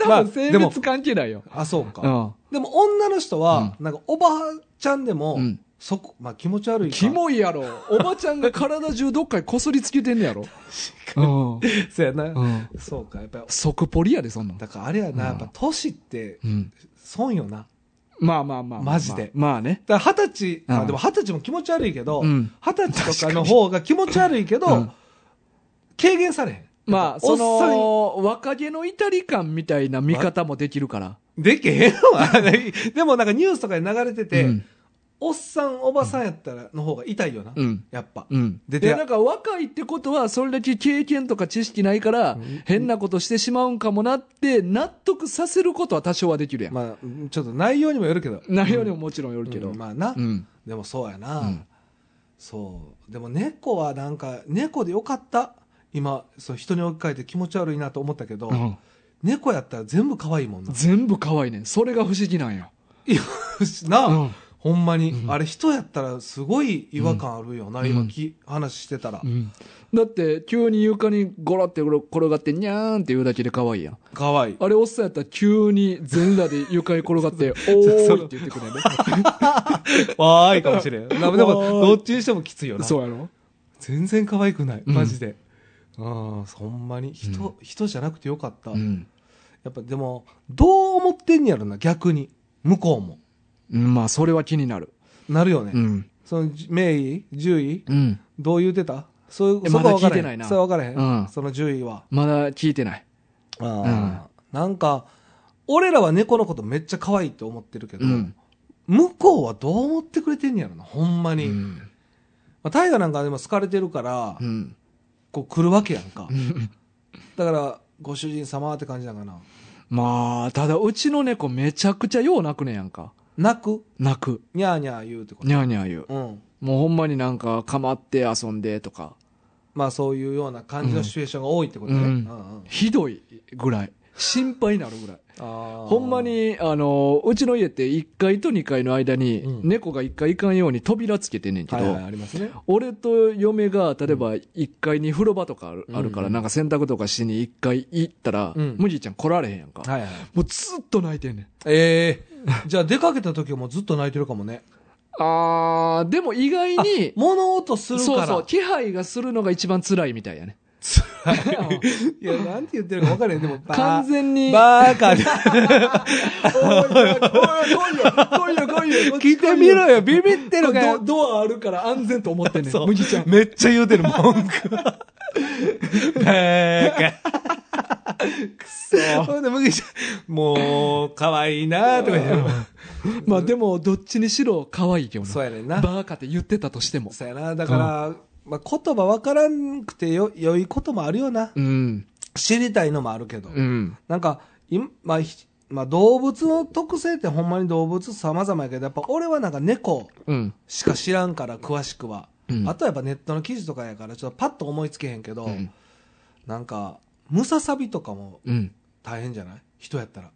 まあ多分性でも別関係ないよ。あ、そうか。うん。でも女の人は、なんかおばあちゃんでも、うんそこ、まあ気持ち悪いかキモいやろ。おばちゃんが体中どっかにこすりつけてんねやろ。うん。そうやな、うん。そうか、やっぱ、即ポリやで、そんなん。だからあれやな、やっぱ年ってうん。損よな。まあまあまあまあ。マジでまあまあね。だから二十歳、うんまあでも二十歳も気持ち悪いけど、う二、ん十、歳とかの方が気持ち悪いけど、うん軽減されへん。まあ、おそっさんの、若気の至り感みたいな見方もできるから。でけへんわ。 でもなんかニュースとかで流れてて、うんおっさん、おばさんやったらの方が痛いよな。うん。やっぱ。うん。出で、てやなんか若いってことは、それだけ経験とか知識ないから、変なことしてしまうんかもなって、納得させることは多少はできるやん。まあ、ちょっと内容にもよるけど。内容にももちろんよるけど。うんまあな、うん。でもそうやな、うんそう。でも猫はなんか、猫でよかった。今、そう人に置き換えて気持ち悪いなと思ったけど、うん猫やったら全部可愛いもんな。全部可愛いねん。それが不思議なんよ。いやな、うんほんまに、あれ人やったらすごい違和感あるよな、今き話してたら。だって、急に床にゴロって転がって、にゃーんって言うだけで可愛いやん。可愛いあれ、おっさんやったら急に全裸で床に転が って、おーいって言ってくれるね。わーいかもし れん。でも、どっちにしてもきついよな。そうやろ全然可愛くない。んマジで。ああ、そんまに。人、人じゃなくてよかった。うん。やっぱでも、どう思ってんやろな、逆に。向こうも。まあ、それは気になる。なるよね。うん。その、名位 ?10 位うん。どう言うてたそういう、えそこはまだ分か聞いらへてんないなそれは分からへん。うんその10位は。まだ聞いてない。ああなんか、俺らは猫のことめっちゃ可愛いって思ってるけど、うん向こうはどう思ってくれてんねやろな、ほんまうに。まん。あ、大河なんかでも好かれてるから、うん。こう来るわけやんかう。んだから、ご主人様って感じなんかな。まあ、ただ、うちの猫めちゃくちゃよう泣くねやんか。泣く、泣く。にゃーにゃー言うってこと。にゃーにゃー言う。うん。もうほんまになんか、かまって遊んでとか、まあそういうような感じのシチュエーションが多いってことね。うんうんうんひどいぐらい。心配になるぐらい。あーほんま。に、あの、うちの家って1階と2階の間に、うん猫が1階行かんように扉つけてんねんけはいど、はい、ありますね。俺と嫁が、例えば1階に風呂場とかある,、うんあるから、なんか洗濯とかしに1階行ったら、うんむじいちゃん来られへんやんか。はいはい。もうずっと泣いてんねん。ええじゃあ出かけた時はもうずっと泣いてるかもね。あー、でも意外に、物音するから。そうそう、気配がするのが一番辛いみたいやね。いや、なんて言ってるか分からへん。で も、バー完全に、バーカで。来いよ来いよ聞いてみろ よ、ビビってるかドよ。ドアあるから安全と思ってん ねん。むじいちゃん。めっちゃ言うてる、文句。バーカ。ほんで、麦ちゃん、もう、可愛いなとか言ってまあでも、どっちにしろ可愛いけどな。そうやねんな。バーカって言ってたとしても。そうやな。だから、まあ、言葉分からんくてよ、良いこともあるよな。うん。知りたいのもあるけど。うん。なんか、今まあ、ひまあ、動物の特性ってほんまに動物様々やけど、やっぱ俺はなんか猫うん。しか知らんから、詳しくは。うんあとはやっぱネットの記事とかやから、ちょっとパッと思いつけへんけど、うんなんか、ムササビとかもうん。大変じゃない人やったら。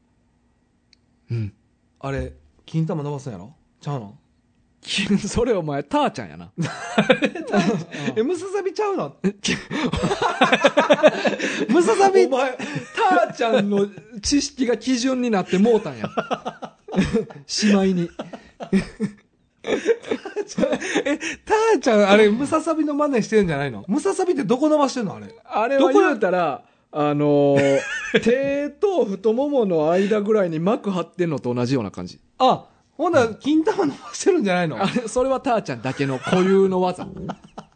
うん。あれ、金玉伸ばすんやろちゃうのそれお前、ターちゃんや な。え、ムササビちゃうの ムササビ。お前、ターちゃんの知識が基準になってもうたんや。しまいに。え、ターちゃん、あれ、ムササビの真似してんじゃないのムササビってどこ伸ばしてんのあれ。あれは言うたら、あの ー、手と太ももの間ぐらいに膜張ってんのと同じような感じ。あ、ほんなら、金玉伸ばしてるんじゃないのあれ、それはターちゃんだけの固有の技。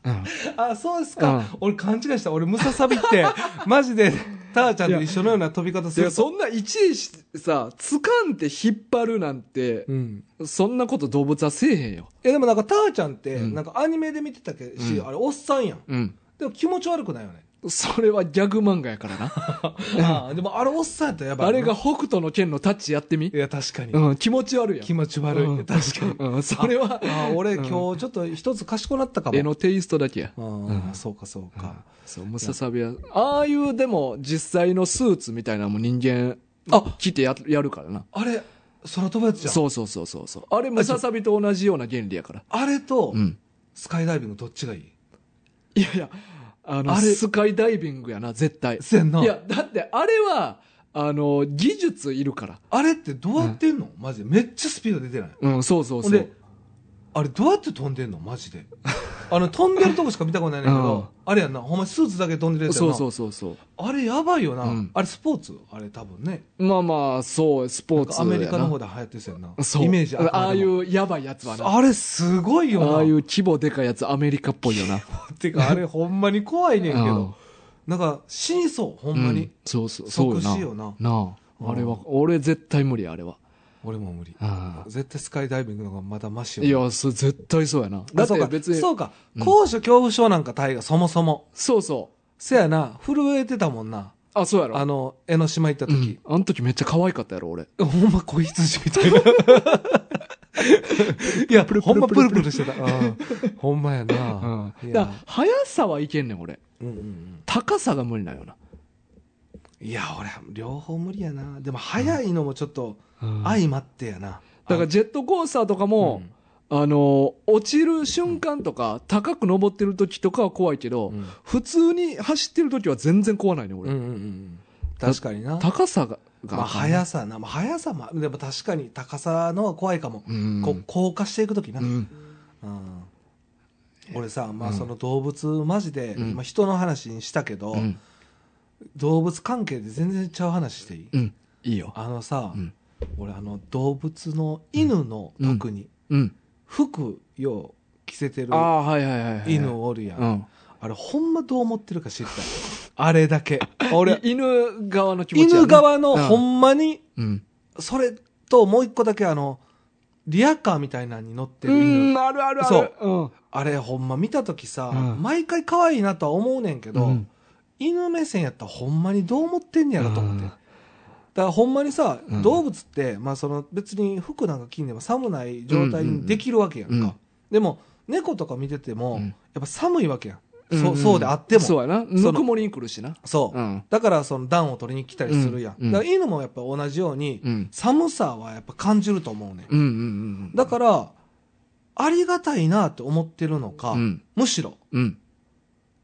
あ、そうですか。うん俺勘違いした。俺、ムササ ビって、マジで、ターちゃんと一緒のような飛び方すいや、ると。そんないちいちさ、掴んで引っ張るなんて、うん。そんなこと動物はせえへんよ。いや、でもなんか、ターちゃんって、うんなんかアニメで見てたけし、うんあれ、おっさんやん。うん。でも気持ち悪くないよね。それはギャグ漫画やからな。 ああ、でもあれ、おっさんやったらやばい。あれが。北斗の剣のタッチやってみい。や、確かに。うん、気持ち悪いやん。気持ち悪い。うん確かに。うん、それは、ああ、俺、うん今日、ちょっと一つ賢くなったかも。絵のテイストだけや。うん、そうか、そうか。そう、ムササビは。ああいう、でも、実際のスーツみたいなのも人間、あ着てややるからな。あれ、空飛ぶやつじゃん。そうそうそうそうそう。あれ、ムササビと同じような原理やから。あれとう、ん。スカイダイビングどっちがいいいやいや、あの、あれスカイダイビングやな、絶対。せんな。いや、だって、あれは、あの、技術いるから。あれってどうやってんのマジで。めっちゃスピード出てない。うん、そうそうほそんうで。、あれどうやって飛んでんのマジで。 あの、飛んでるとこしか見たことないねんだけど、あれやんな。ほんまスーツだけ飛んでるやつやそな。うそうそうそう。あれやばいよな。うんあれスポーツあれ多分ね。まあまあ、そう、スポーツアやな。メリカの方で流行ってるやんな。そう。イメージあああい。くまでもうやばいやつはな。ああれすごいよな。あいう規模でかいやつ、アメリカっぽいよな。てか、あれほんまに怖いねんけうんど。なんか、死にそう、ほんまうに。そうそう、そうよな。即死よななうんあ。あれは、俺絶対無理や、あれは。俺も無理。あ絶対スカイダイビングの方がまだマシよ。いや、そ絶対そうやな。だあ、っそうてか別に、そうか。高所恐怖症なんか大河、そもそも。そうそう。せやな、震えてたもんな。あ、そうやろ。あの、江ノ島行ったうん時。あの時めっちゃ可愛かったやろ、俺。ほんま子羊み たいな。いや、ほんまプルプルしてた。うんほんまやう。。なんいだかやら、速さはいけんねん、俺。うんうんうん高さが無理なんよな。いや、俺、両方無理やな。でも、早いのもちょっと、うん相まってやな。だから、ジェットコースターとかも、あの、落ちる瞬間とか、高く登ってる時とかは怖いけど、うん普通に走ってる時は全然怖ないね、うん俺。うんうんうん。確かにな。高さが、がまあ、速さな。まあ、速さも、でも確かに高さのは怖いかも。うんこう、降下していく時なう。ん。うん俺さ、まあ、その動物、マジで、うんまあ、人の話にしたけど、うん動物関係で全然ちゃう話していい、うん。いいよ。あのさ、うん俺あの動物の犬の、うん特にうん。服よう着せてるああ、はいはいはいはい。犬おるやん、うん。あれほんまどう思ってるか知りたいあれだけ俺 い犬側の気持ちやね犬側のほうんんまにうん。それともう一個だけあの、リアカーみたいなのに乗ってうる犬。ん、あるあるある。そううん。あれほんま見た時さ、うん毎回可愛いなとは思うねんけど、うん犬目線やったらほんまにどう思ってんねやろと思って。うんだからほんまにさ、うん動物って、まあその別に服なんか着んでも寒ない状態にできるわけやんか。うんうんうんでも猫とか見てても、うんやっぱ寒いわけやん。んそそうであっても。そうやな。ぬくもりに来るしな。そう。うん。だからその暖を取りに来たりするやん。うんうんだから犬もやっぱ同じように、うん。寒さはやっぱ感じると思うねん。うんうんうん。だから、ありがたいなって思ってるのか、うん。むしろ、うん。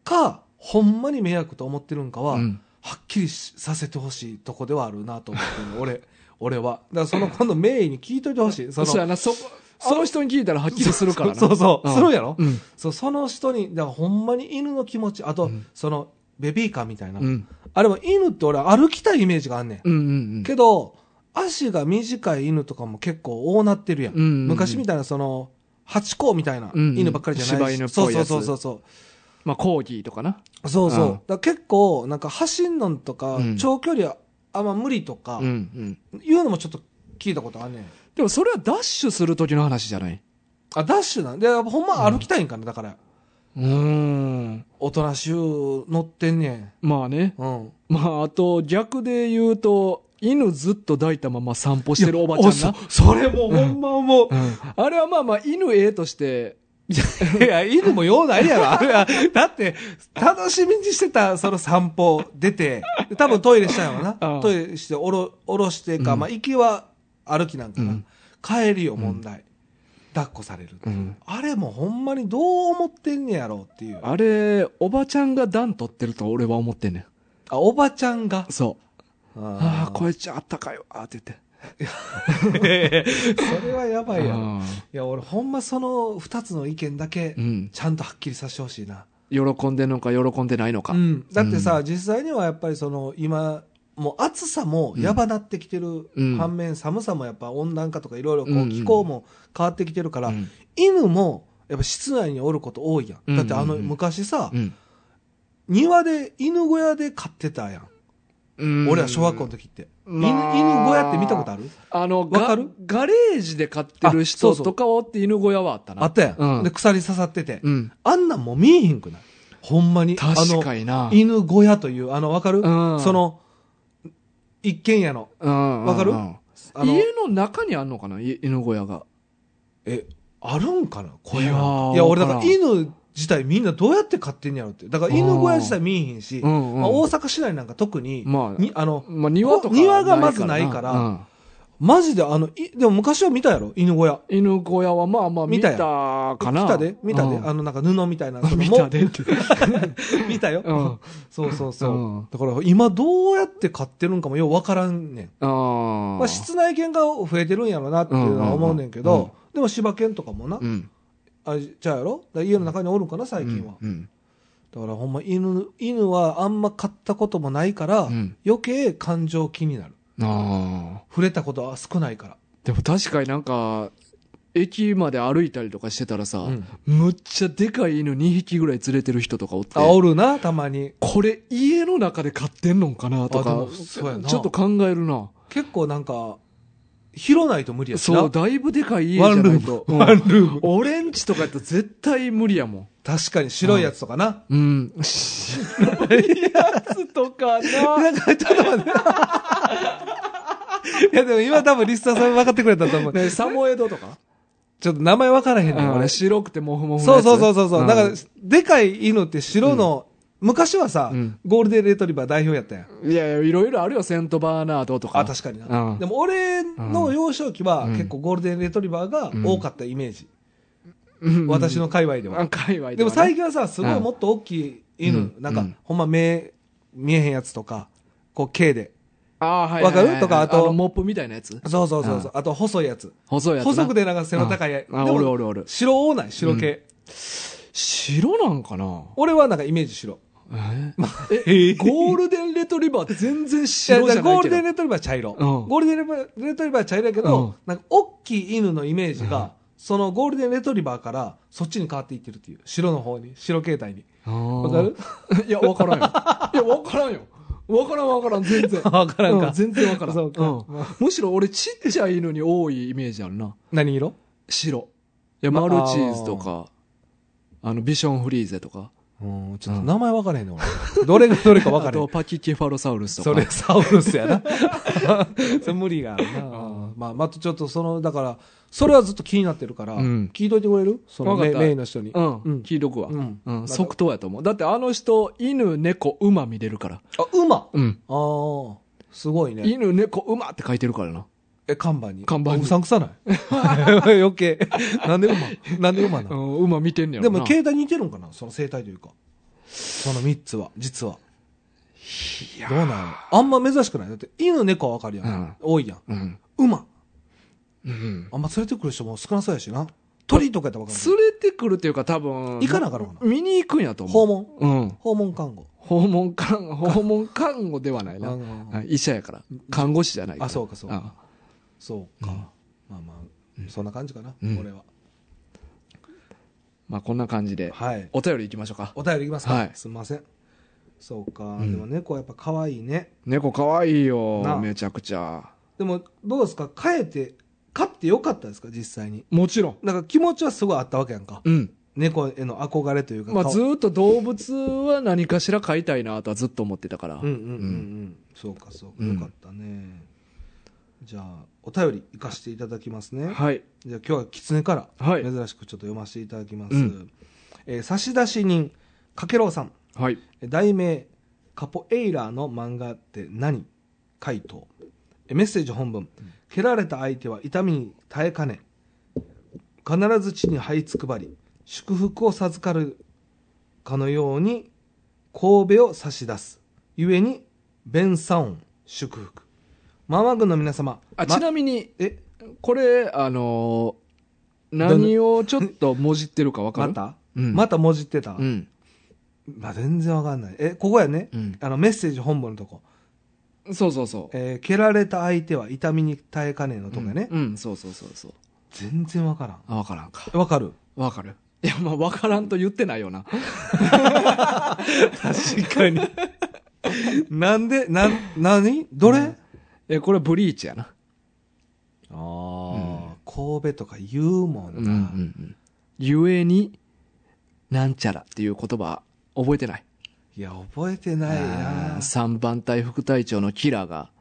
か、ほんまに迷惑と思ってるんかは、うんはっきりしさせてほしいとこではあるなと思ってるの俺、 俺は。だからその今度名医に聞いといてほしい。そのそうやな、そ、その人に聞いたらはっきりするからな。そう そう、うんするやろ、うん。そう、その人に、だからほんまに犬の気持ち、あと、うんその、ベビーカーみたいな。うん。あれも犬って俺歩きたいイメージがあんねん。うんうんけど、足が短い犬とかも結構大なってるやん。うんうんうん昔みたいな、その、ハチ公みたいなうんうん犬ばっかりじゃないし、柴犬っぽいやつそうそうそうそう。まあ、コーギーとかな。そうそう。うんだから結構、なんか走んのんとか、うん長距離はあんま無理とか、ん。いうのもちょっと聞いたことあんねん。でもそれはダッシュする時の話じゃないあ、ダッシュなんで、やっぱほんま歩きたいんかな、だから。うん。おとなしゅう乗ってんねまあね。ん。うん。まあ、あと、逆で言うと、犬ずっと抱いたまま散歩してるおばちゃんな。そそれもうほんま思う。あれはまあまあ、犬ええとして、いや、犬も用ないやろ。あれは、だって、楽しみにしてた、その散歩出て、多分トイレしたんやろうんな。トイレして、おろ、おろしてか、うんまあ、行きは歩きなんかな。うん帰りよ、問題。抱っこされるっていう、うんあれもほんまにどう思ってんねやろうっていう。あれ、おばちゃんが段取ってると俺は思ってんねん。あ、おばちゃんが。そう。ああ、れ。こいちゃんあったかいわ、って言って。それはやばいやろ。うんいや、俺ほんまその二つの意見だけう、ん。ちゃんとはっきりさせてほしいな。喜んでんのか、喜んでないのか。うん、だってさ、う実際にはやっぱりその今もう暑さもやばなってきてる、うん反面寒さもやっぱ温暖化とかいろいろこうんううん気候も変わってきてるから、うん犬もやっぱ室内におること多いやん、うんうんうんだってあの昔さ、うん庭で犬小屋で飼ってたやん、うん俺ら小学校の時って、まあ犬犬小屋って見たことあるあの、わかガるガレージで飼ってるあそ人うそうとかおって犬小屋はあったな。あったやん、うんで鎖刺さってて、うん。あんなんもう見えへんくないほんまに確かになあの。犬小屋というあのわかる、うんその一軒家のうん。わかるうんあの家の中にあんのかない犬小屋が。え、あるんかな小いや屋なんかーいや、俺だからわからん犬自体みんなどうやって飼ってんやろって。だから犬小屋自体見えへんし、うんうんまあ、大阪市内なんか特に、まあにあの、まあ、庭とか庭がまずないからうんマジであの、いでも昔は見たやろ犬小屋。犬小屋はまあまあ見見たたかな。来たで見たで、うんあの、なんか布みた いな。その見たでも見たよ、うんそうそうそう。うんだから今どうやって飼ってるんかもようわからんねん。あまあ、室内犬が増えてるんやろなっていうのは思うねんけうんうんうんど、でも柴犬とかもな、うん。あちゃうやろだから家の中におるんかな、最近は。うん。だからほんま犬、犬はあんま飼ったこともないから、うん余計感情気になる。ああ。触れたことは少ないから。でも確かになんか、駅まで歩いたりとかしてたらさ、うんむっちゃでかい犬2匹ぐらい連れてる人とかおって。あ、おるな、たまに。これ家の中で飼ってんのんかなとあかでもそうやなちょっと考えるな結構なんか、拾ないと無理やしな。そうだいぶでかい家じワゃなンルいーとム。ワンルーム。オレンジとかやったら絶対無理やもん確かに白いやつとかな。うん やつとかななんか、ちょっと待って。いや、でも今多分リスターさん分かってくれたと思う。ねサモエドとか、ちょっと名前分からへんねん、うん俺。白くてモフモフのそやうつそうそうそう。そうなんんか、でかい犬って白の、昔はさ、うんゴールデンレトリバー代表やったやん。いやいやいろいろあるよセントバーナードとかあ確かにな、うんでも俺の幼少期はうん結構ゴールデンレトリバーが多かったイメージ、うん私の界隈では、あ界隈でも最近近はさすごいもっと大きい犬、うんなんうんかほんま目見えへんやつとかこう毛であーはいわかるはいはいとかあとのモップみたいなやつそうそうそうそう、あと細いやつ細いやつな細くてなんか背の高いやつああでおもるおるおる白多ない白系、白なんかな俺はなんかイメージ白ええゴールデンレトリバー全然白いやじだゃなからいゴけールどデンレトリバーは茶色、うんゴールデンレバーレトリバーは茶色やけど、うんなんか大きい犬のイメージが、そのゴールデンレトリバーからそっちに変わっていってるっていう白の方に白形態にわわかる いや、わからんよ。いや、わからんよ。わからんわからん、全然。わからんかう全然わからん。 そうかんむしろ俺ちっちゃいのに多いイメージあるな。何色白。いや、まマルチーズとか、あの、ビションフリーゼとか、うん、ちょっと名前分からへんね、俺。どれがどれか分あ からへんと。パキケファロサウルスとそかれ。サウル スやな。それ無理があるな。まあ、またちょっとその、だから、それはずっと気になってるから、うん聞いといてくれるそわのかっメたメインの人に。うん、うん聞いとくわ。ううんん、即答やと思う。だってあの人、犬、猫、馬見れるから。あ、馬うん。ああ、すごいね。犬、猫、馬って書いてるからな。え、看板に。看板にうさんくさない 余計。なんで馬なんで馬なうのん、馬見てんねやでろな。も、携帯似てるんかなその生態というか。その3つは、実は。どうなんやろあんま珍しくないだって、犬、猫は分かるやん。うん多いやん。うん。馬。うん。あんま連れてくる人も少なそうやしな。鳥とかやったら分かるけど。連れてくるっていうか多分。行かなあかんのかな見に行くんやと思う。訪問。うん。訪問看護。訪問看、訪問看護ではないな。あはい医者やから。看護師じゃないから。あそうかそうかんそうか。まあまあ、そんな感じかな、うん俺は。まあこんな感じで。はい。お便り行きましょうか。お便りいきますか、はいすんません。そうか。んでも猫はやっぱ可愛いね。猫かわいいなあよ。めちゃくちゃ。でも、どうですか飼えて、飼ってよかったですか実際に。もちろん。なんか気持ちはすごいあったわけやんか。うん。猫への憧れというか。まあ顔ずーっと動物は何かしら飼いたいなとはずっと思ってたから。うんうんうんうん。そうかそうか。うんよかったね。じゃあ、お便り行かせていただきますね。はい。じゃあ今日は狐かはらい珍しくちょっと読ませていただきます。うんえー差出人、かけろうさん。はい。えー題名、カポエイラーの漫画って何回答。えーメッセージ本文、蹴られた相手は痛みに耐えかね。必ず地に這いつくばり、祝福を授かるかのように、神戸を差し出す。故に、弁サ音、祝福。ママ軍の皆様。あ、まちなみに、え、これ、あのーどの何をちょっともじってるかわかまるた、うんまたもじってうた、ん。まあ、全然わかんない。え、ここやね。うんあの、メッセージ本部のとこ。そうそうそう。えー蹴られた相手は痛みに耐えかねえのとかね。うん、うんそうそうそうそう。全然わからん。あ、わからんか。わかるわかるいや、まあ、わからんと言ってないよな。確かに。なんで、なん、なにどれ、うんえ、これはブリーチやな。ああ、神戸とか言うもんな。ん。ゆえに、なんちゃらっていう言葉、覚えてない。いや、覚えてないな。三番隊副隊長のキラーが、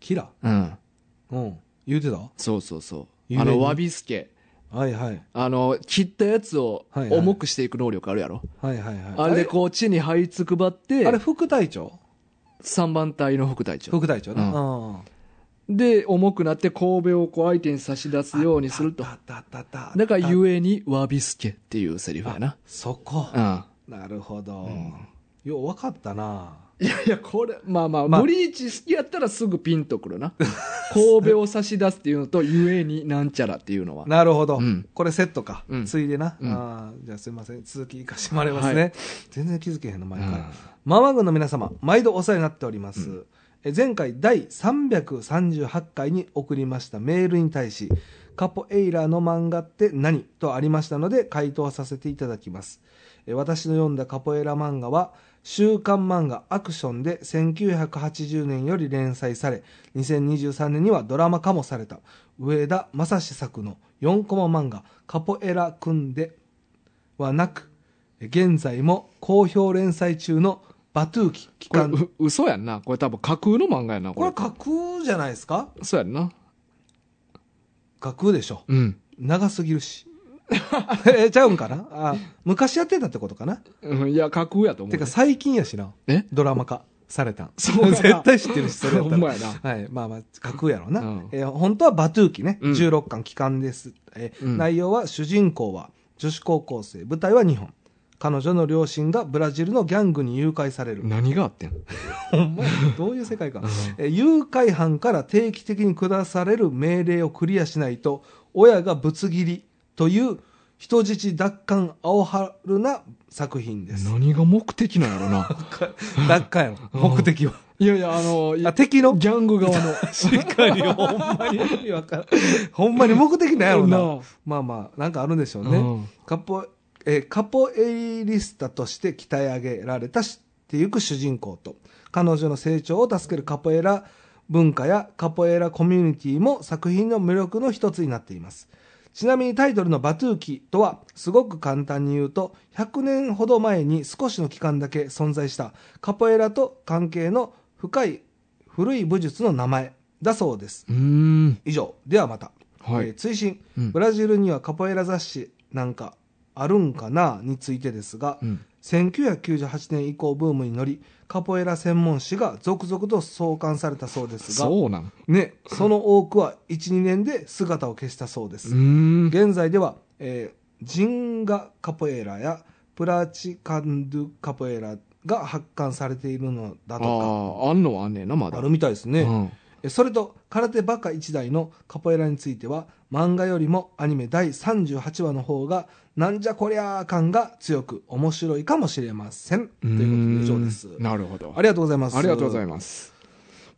キラ。うん。うん。言うてたそうそうそう。ゆえにあの、ワビスケ。はいはい。あの、切ったやつをはいはい重くしていく能力あるやろ。はいはいはい。あれでこう、地に這いつくばっあれてあれ、副隊長三番隊の副隊長。副隊長ね。うんうんで、重くなって神戸をこう相手に差し出すようにすると。あったあったあったあっただから、ゆえに、わびすけっていうセリフやな。そこ。うん。なるほど。よう分かったな。いやいや、これ、まあまあ、まあブリーチ好きやったらすぐピンとくるな。神戸を差し出すっていうのと、ゆえになんちゃらっていうのは。なるほど。うんこれセットか。うんついでな。うんあーじゃあすいません。続きいかしてもらいますね。は全然気づけへんの、毎回。うんママ軍の皆様、毎度お世話になっております。え前回第338回に送りましたメールに対し、カポエイラーの漫画って何とありましたので回答させていただきます。え私の読んだカポエイラ漫画は、週刊漫画アクションで1980年より連載され、2023年にはドラマ化もされた、上田正史作の4コマ漫画カポエラくんではなく、現在も好評連載中のバトゥーキ期これ、間。う嘘やんな。これ多分架空の漫画やな、ここれ。れ架空じゃないですかそうやんな。架空でしょ。うん。長すぎ るし。え、ちゃうんかなあ昔やってたってことかなうんいや、架空やと思うてね。か最近やしな。えドラマ化されたん。そうか絶対知ってるし、それやっほたんらまやな。はい。まあまあ、架空やろうな。うんえー本当はバトゥーキね。うん16巻期間です。えーうん内容は主人公は女子高校生、舞台は日本。彼女の両親がブラジルのギャングに誘拐される。何があってんほんまやどういう世界観、えー誘拐犯から定期的に下される命令をクリアしないと、親がぶつ切りという人質奪還青春な作品です。何が目的なんやろな。奪還やろ、目的は。 いやいや、あの、いあ、や敵のギャング側の。確かに、ほんまに 意味わからん。ほんまに目的なんやろな。なあまあまあ、なんかあるんでしょうね。うんカポ、えーカポエイリスタとして鍛え上げられたしってゆく主人公と、彼女の成長を助けるカポエラ文化やカポエラコミュニティも作品の魅力の一つになっています。ちなみにタイトルのバトゥーキとは、すごく簡単に言うと、100年ほど前に少しの期間だけ存在したカポエラと関係の深い古い武術の名前だそうです。うーん。以上。ではまた。はいえー追伸、うんブラジルにはカポエラ雑誌なんかあるんかなについてですが、うん。 1998年以降ブームに乗り、カポエラ専門誌が続々と創刊されたそうですが、そうなん。ね、その多くは1、2年で姿を消したそうでうす。ーん。現在では、えージンガカポエラやプラチカンドゥカポエラが発刊されているのだとああ、あんのはあんねんな、まかだ。あるみたいですね、うん。えそれと空手バカ一代のカポエラについては漫画よりもアニメ第38話の方がなんじゃこりゃー感が強く面白いかもしれませんということで以上ですうーんなるほど。ありがとうございますありがとうございまます。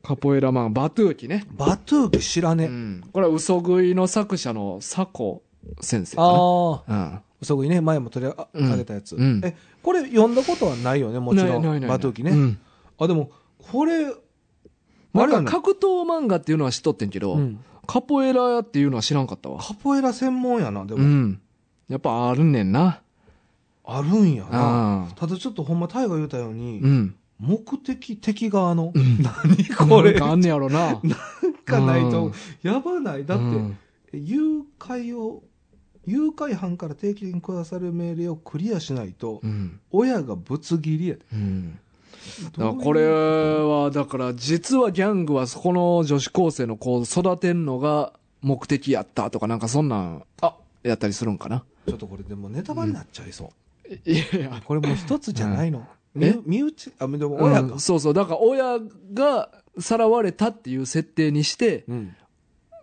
カポエラマン、バトゥーキね。すバトゥーキ知らねえ、うん。これは嘘食いの作者の佐古先生かああな。嘘食いね前も取りあうん上げたやつ、うんえこれ読んだことはないよねうもん。ちろんないないないバトゥーキね、うんあでもこれあれなやんねか格闘漫画っていうのは知っとってんけど、うんカポエラっていうのは知らんかったわ。カポエラ専門やなでも、うん。やっぱあるねんな。あるんやなああ。ただちょっとほんまタイが言うたように、うん。目的敵側の、ん何これなんかあんねやろ な。かないと、うんやばないだって、うん誘拐を誘拐犯から定期的に下される命令をクリアしないと、うん。親がぶつ切りやでうん。だからどういうこれは、だから実はギャングはそこの女子高生の子を育てんのが目的やったとかなんかそんなん、あ、やったりするんかな。ちょっとこれでもネタバレになっちゃいそう、いやいや。これもう一つじゃないの、うんみえ身内あでも親が、うんそうそう。だから親がさらわれたっていう設定にして、うん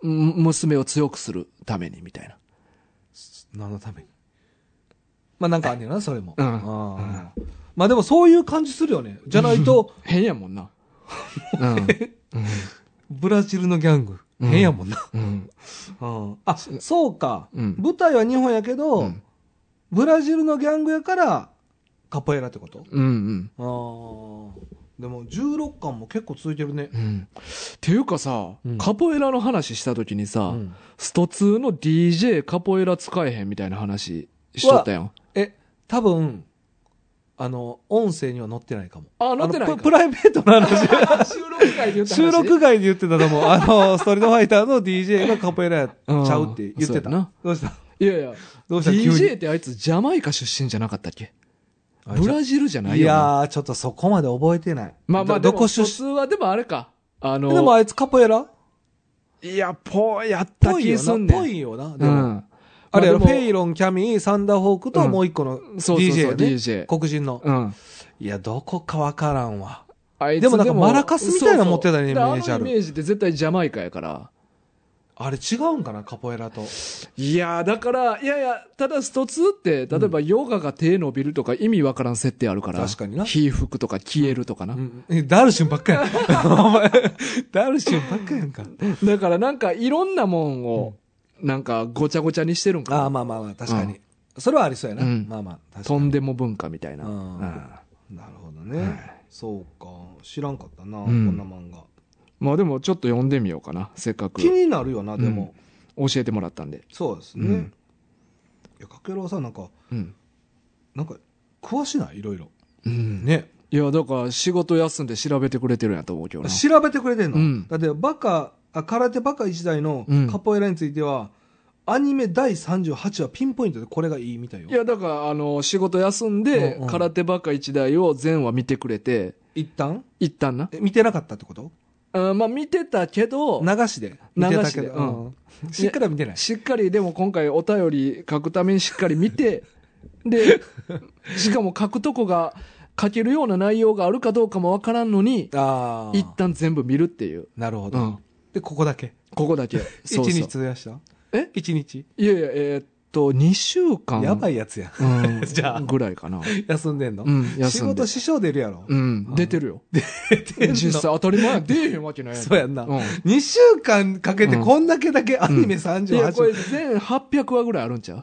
うん娘を強くするためにみたいな。何のためにまあなんかあんねんなそれも、うんあーまあでもそういう感じするよねじゃないと変やもんな。うん。ブラジルのギャングうん変やもんな、うん。うんあそうか、うん舞台は日本やけど、うんブラジルのギャングやからカポエラってことうんああでも16巻も結構続いてるねうん。うん。っていうかさ、うんカポエラの話した時にさ、うんスト2の DJ カポエラ使えへんみたいな話しとったやん。え多分あの音声には載ってないかもあ載ってないかあのププライベートの 話収録会で言っ収録外で言ってたでもあのストリートファイターの DJ がカポエラやっちゃうって言ってた、うんそうやなどうしたいやいや、どうした急に DJ ってあいつジャマイカ出身じゃなかったっけあブラジルじゃないいよな。やー、ちょっとそこまで覚えてない。まあまあ、どどどここ出出身身はでもあれか。あの、でもあいつカポエラいや、ぽやっぽたい気よすんな。ねん。ぽいよな。でうも、ん。あれやろ、まフでもェイロン、キャミー、サンダーフォークとうんもう一個のそうそうそう DJ やね DJ 黒人の。うん。いや、どこかわからんわ。あいつでもなんかマラカスみたいなの持ってたねそうそうイメージあるのイメージって絶対ジャマイカやから。あれ違うんかな、カポエラと。いやーだから、いやいや、ただスト2って、例えばヨガが手伸びるとか意味わからん設定あるから。確かにな火吹くとか消えるとかな。えダルシュンばっかやん。 お前、ダルシュンばっかやんか。 だからなんかいろんなもんを、なんかごちゃごちゃにしてるんああ、かまあまあまあ、確かに。それはありそうやな。うんまあまあ、確な。かとんでも文化みたいな。ううんんに。なるほどね。そうか。知らんかったな、んこんな漫画。まあでもちょっと読んでみようかな。せっかく気教になるよな、でも。えてもらったんで。そうですね。うんいや、かけろうさん、なんか、うん。なんか、詳しないいろいろ。うん。ね。いや、だから仕事休んで調べてくれてるんやと思うけどな。調べてくれてんの、うんだって、バカ、あ空手バカ一代のうんカポエラについては、アニメ第38話ピンポイントでこれがいいみたいよい。や、だから、あの、仕事休んでうんうん、空手ばっか一台を全話見てくれて、一旦一旦な。え見てなかったってことうん、まあ見てたけど、流しで。流しで見てたけどうんうんしっかりは見てない。しっかり、でも今回お便り書くためにしっかり見 て、で、しかも書くとこが、書けるような内容があるかどうかもわからんのに、あ一あ。旦全部見るっていう。なるほうど、ん。で、ここだけ。ここだけ。 一そうそう日費やしたえ一日。いやいや、えーっと、2週間。やばい。いやつやん。うん。 じゃあぐらいかな。休んでんの、うん、仕休んで事。支障出るやろ。うん、出てるよ。 出んの実際当たり前や出えへんわけないやんそうやんな。うん。 2週間かけてこんだけだけアニメいや、こ38、れ全800話ぐらいあるんちゃうん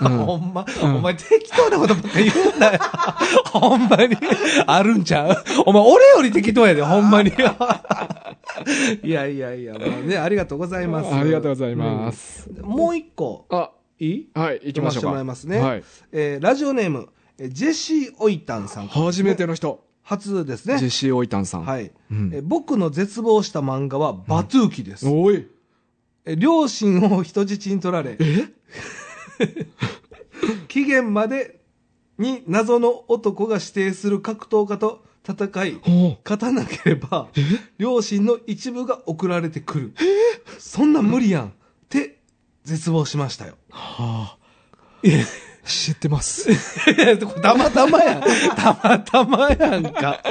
ほんま、お前適当なことばっか言うなよ。 ほんまに。あるんちゃうお前、俺より適当やで、ほんまに。 いやいやいや、まあね、ありがとうございます。ありがとうございます。す。もう一個、あ、いいはい、行き読まましせょうてか。もらいますね。はい。えーラジオネーム、えージェシー・オイタンさん。初めての人、初ですジェね。シー・オイタンさん。い。はい、うんえー僕の絶望した漫画は、バトゥーキです。おい。え両親を人質に取られ、 期限までに謎の男が指定する格闘家と戦い、おう勝たなければ、両親の一部が送られてくる。そんなん無理やん。って、絶望しましたよ。はあ。いや知ってます。たまたま やん。たまたまやんか。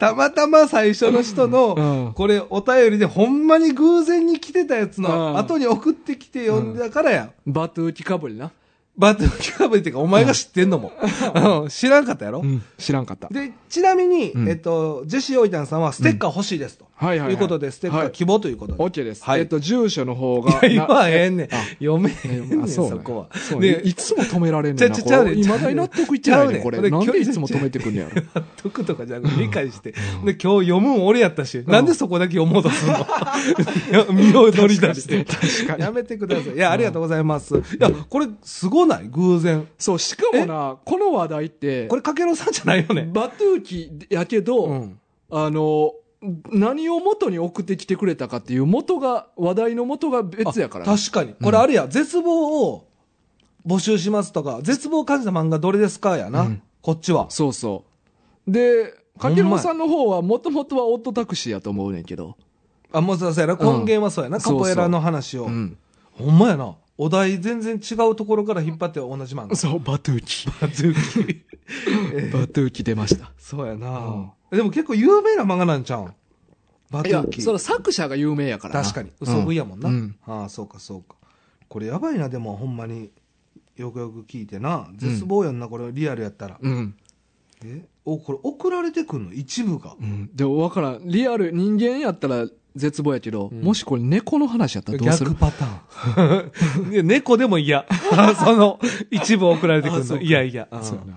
たまたま最初の人うんの、これお便りでほんまに偶然に来てたやつうんの後に送ってきて読んだからやん。 バトゥーキかぶりな。バトルキャブリっていうか、お前が知ってんのも。うん知らんかったやろ、うん。知らんかった。で、ちなみに、うんえっと、ジェシー・オイタンさんはステッカー欲しいですと。はいはいい。うことで、ステッカはーい希望ということ で。 OK です。はいえっと、住所の方が。今なはええねん。あ読めへんねん、あそそうねこは。そうね。で、いつも止められんちねゃんな。ちゃちゃうねんいまだに納得いってないちゃねうねん、んこれ。これなん距で離いつも止めてくんねやろ。納得とかじゃなくて、理解して。で、今日読むん俺やったし、なんでそこだけ読もうと するの身を乗り出して。確かに。やめてください。いや、ありがとうございます。いや、これ、すごない偶然。そう、しかもな、この話題って、これ、かけろさんじゃないよね。バトゥーキやけど、うん。あの、何を元に送ってきてくれたかっていう元が、話題の元が別やから。あ確かに。これあれや、絶望を募集しますとか、絶望を感じた漫画どれですかやな。うんこっちは。そうそう。で、ほかんまやけろうさんの方は、もともとはオットタクシーやと思うねんけど。あ、もうそうやな。根源はそうやな。そうそうカポエラの話を。うん。ほんまやな。お題全然違うところから引っ張って同じ漫 画。そう、バトゥーキ。えバトゥーキ出ました。そうやな、でも結構有名な漫画なんちゃうんバトいやゥキ、その作者が有名やからな。確かに。嘘食いやもんな。うんうんああ、そうかそうか。これやばいな、でもほんまに。よくよく聞いてな。絶望やんな、これリアルやったら。うん。えお、これ送られてくんの一部が。うん。でも分からん。リアル、人間やったら絶望やけど、んもしこれ猫の話やったらどうする逆パタ ーン。猫でも嫌。その、一部送られてくるの。いやいや。そうやな。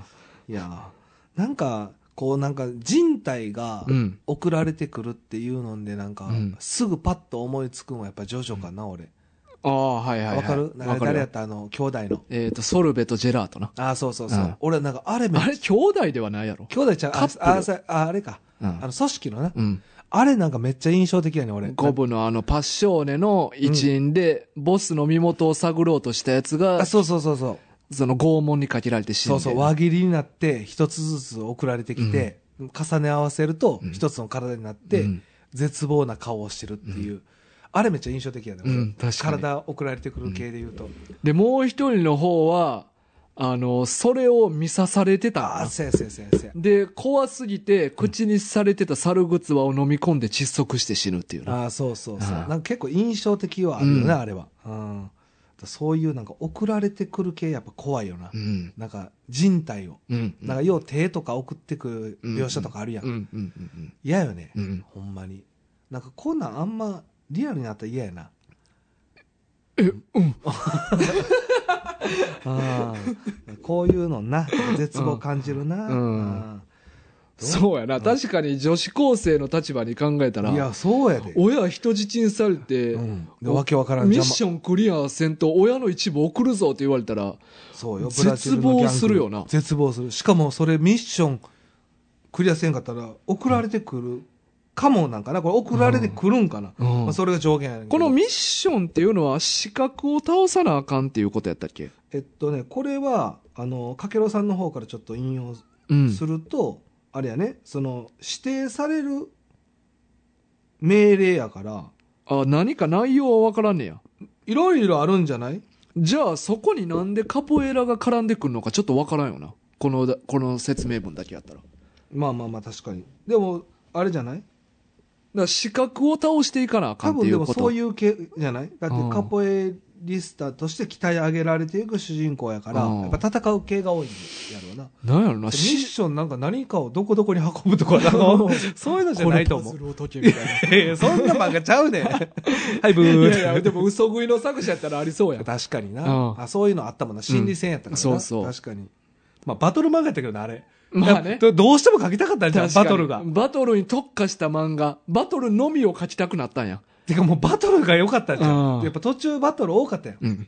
いや、なんか、こうなんか人体がうん送られてくるっていうので、なんかうん、すぐパッと思いつくのはやっぱジョジョかな、俺。ああ、はいはいはい。わかるなんわかか誰るやっよ。たあの、兄弟の。えっと、ソルベとジェラートな。ああ、そうそうそううん。俺なんかあれめっあれ、兄弟ではないやろ。兄弟ちゃん、カあップルあさああれか。うあんの、組織のなう。ん。あれなんかめっちゃ印象的やね、俺。ゴブのあの、パッショーネの一員で、ボスの身元を探ろうとしたやつがあ、、そうそうそうそう。その拷問にかけられて死んそで。うそう、輪切りになって、一つずつ送られてきて、重ね合わせると、一つの体になって、うん絶望な顔をしてるっていう。あれめっちゃ印象的やね、うん俺確かに体送られてくる系で言うと。で、もう一人の方は、あの、それを見さされてたんあやあ、な。せやせやせやせや。で、怖すぎて、口にされてた猿グツワを飲み込んで窒息して死ぬっていうな。ああ、そうそうそう。ああなんか結構印象的はあるよね、うんあれは。うん。そういうなんか送られてくる系やっぱ怖いよな。うん。なんか人体を。うん。なんか要は手とか送ってくる描写とかあるや。うんん。うん。うん嫌、よね、うん。ほんまに。なんかこんなんあんまリアルになったら嫌やな。 ああこういうのな、絶望感じるな。うんあそうやな。確かに女子高生の立場に考えたあら、いや、そうやで。親人質にされて、うんでわけわからんミッ邪魔ションクリアせんと親の一部送るぞって言われたら、そうよ、絶ブラジルのギャング望するよな絶望する。しかもそれミッションクリアせんかったら送られてくるかもなんかな。これ送られてくるんかな。うんまあ、それが上限やねんけこどのミッションっていうのは資格を倒さなあかんっていうことやったっけえっとね、これは、あの、かけろさんの方からちょっと引用すうん。ると、あれやね、その、指定される命令やから、あ、何か内容はわからんねや。いろいろあるんじゃないじゃあそこになんでカポエラが絡んでくるのかちょっとわからんよな。このだ、この説明文だけやったら。だかまあまあまあ確かに。でも、あれじゃないら資格を倒していかなあか多んって分いでうもこと。そういう系じゃないだってカポエリスターとして鍛え上げられていく主人公やから、うんやっぱ戦う系が多いんやろうな。なんやろな、ミッし、ションなんか何かをどこどこに運ぶとか、あの、そういうのじゃないと思こう。のパズルを解けみたいな。 いやいやそんな漫画ちゃうねん。はい、ブいーやいや、でも嘘食いの作者やったらありそうやん。確かにな、うんあ。そういうのあったもんな。心理戦やったからな、うんそうそう確かに。まあ、バトル漫画やったけどな、あれ。まあねだからどうしても書きたかったんじゃん、確かバにトルが。バトルに特化した漫画。バトルのみを書きたくなったんや。てかもうバトルが良かったじゃ。うんんやっぱ途中バトル多かったやん。うん。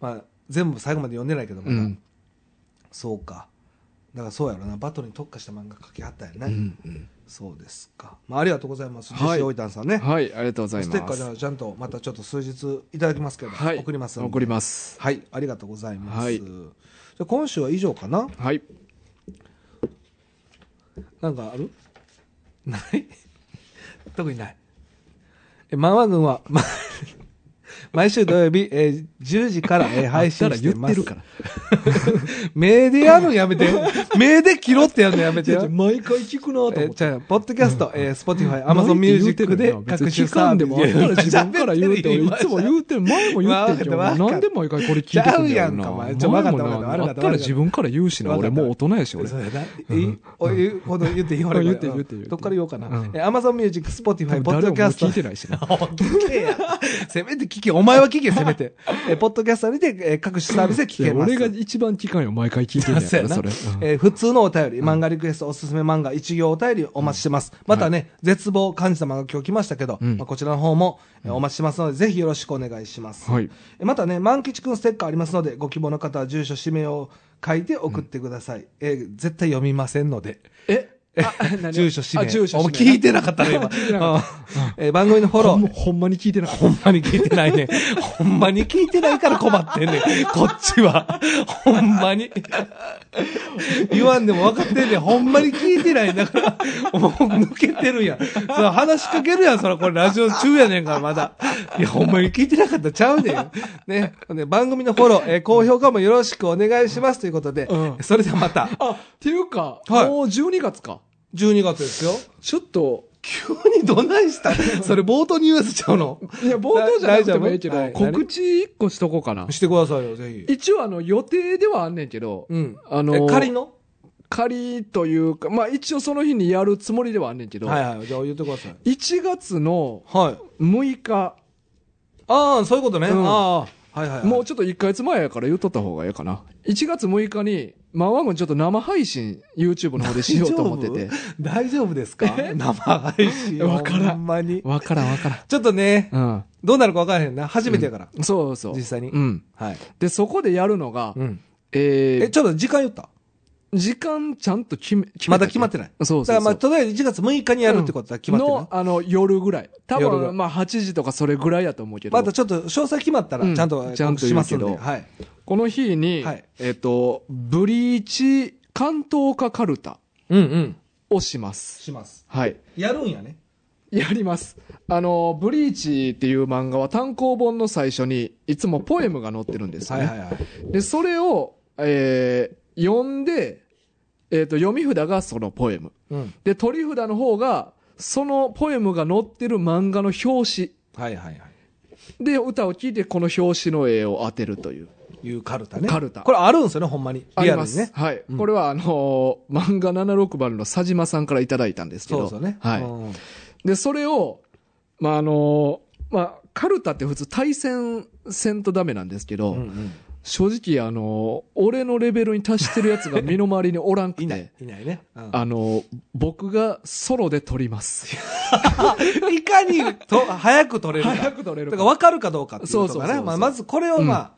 まあ、全部最後まで読んでないけど、まうだ、ん。そうか。だからそうやろな。バトルに特化した漫画書きはったんやね、うん。そうですか。まあ、ありがとうございます。はいジェシー・オイタンさんね。はい、ありがとうございスまテッカーすじゃ。あちゃんとまたちょっと数日いただきますけど、はい。送りますんで送ります。はい、ありがとうございます。はいじゃあ今週は以上かなはい。なんかあるない特にない。え、漫画軍は、ま、毎週土曜日、えー10時から、えー配信してます。あったら目でやるのやめて。目で切ろってやるのやめていやよいや。毎回聞くなと思っえてー。じゃあポッドキャスト、えー、Spotify、Amazon なんて言う Music てんのでよ別各に種聞かサーんでビスもあったら自分から言うて、いやいいやつも言うてん、前も言ってんけど、わかったわかった何で毎回これ聞いてくんちゃうやだんかおよ前な。ちょわかった前もわかったわなあかっったたら自分から言うしな、わか俺ったもう大人やし、俺そ。うやな。え、お言うほど言っていいほど言って言って言ってどっから言おうかな。うんえー Amazon Music、Spotify、誰もも Podcast う聞いてないしな。聞けや。せめて聞け。お前は聞け、せめて。えー、ポッドキャストにて、えー各種サービスで聞けます。俺が一番聞かんよ、毎回聞いてんねやそかうら、やなそれ。うんえー普通のお便り、漫画リクエスト、おすすめ漫画、一行お便りお待ちしてます。またね、絶望を感じた漫画今日来ましたけど、うんまあ、こちらの方も、えーお待ちしてますので、ぜひよろしくお願いします。はい。えまたね、万吉くんステッカーありますので、ご希望の方は住所、氏名を書いて送ってください。えー絶対読みませんので。え住所、氏名。あ住所お前氏名聞いてなかったね、今。うんえー番組のフォロほーん。ほんまに聞いてなかったほんまに聞いてないね。ほんまに聞いてないから困ってんねん。こっちは。ほんまに。言わんでも分かってんねん。ほんまに聞いてないんだから。もう抜けてるやん。そら話しかけるやん。そらこれラジオ中やねんからまだ。いや、ほんまに聞いてなかったらちゃうねん。ね。ほんで番組のフォロー、えー高評価もよろしくお願いしますということで。うんそれではまた。あ、っていうか、はいもう12月か。 12月ですよ。ちょっと、急にどないしたそれ冒頭に言うやつちゃうのいや、冒頭じゃなくてもいいけ大ど、丈夫はい告知一個しとこうかな。してくださいよ、ぜひ。一応、あの、予定ではあんねんけど、うん。あえの、仮の仮というか、まあ一応その日にやるつもりではあんねんけど、はいはい。じゃあ言ってください。 1月のはい。 6日、ああ、そういうことね。うんああ。はいはい、はい。もうちょっと1ヶ月前やから言っとった方がええかな。1月6日に、マワゴンちょっと生配信 YouTube の方でしようと思ってて。 大丈夫ですか生配信。わからんほんまに。わからんわかちょっとね、らん。どうなるかわからへんな。初めてやから。うん。そうそう。実際にうん。はい。で、そこでやるのが、うん。えーえ、ちょっと時間言った時間ちゃんと決め、決まめだ決まってない。ない。そうだそうかそらう。まあ、とりあえず1月6日にやるってことは決まってるな、の、あの、夜ぐらい。多夜ぐらい分、まあ、8時とかそれぐらいやと思うけど、またちょっと詳細決まったうら、んちゃんとちゃん告と知しますんで。言うけどはい。この日に、はいえっ、と、ブリーチ関東かカルタうんうん。をします。します。はい。やるんやね。やります。あの、ブリーチっていう漫画は単行本の最初に、いつもポエムが載ってるんですよはね。いはいはい。で、それを、えー読んで、えっ、と、読み札がそのポエム。うん。で、取り札の方が、そのポエムが載ってる漫画の表はいはいはい。紙。で、歌を聴いて、この表紙の絵を当てるという。いうカルタね。カルタこれあるんですよね、ほんまに。あリりアルまにす。ね。はい、うんこれは、あのー漫画76番の佐島さんからいただいたんですけど。そうそうね。はい。うんで、それを、まあ、あのーまあ、カルタって普通対戦せんとダメなんですけど、うんうん。正直、あのー俺のレベルに達してるやつが身の回りにおらんくて、いない。いないね。うんあのー僕がソロで撮ります。いかにと 早く取れるか。早く撮れるだかから分かるかどうかっていうそとうそうかそうね。そうまあまずこれをまあ、うん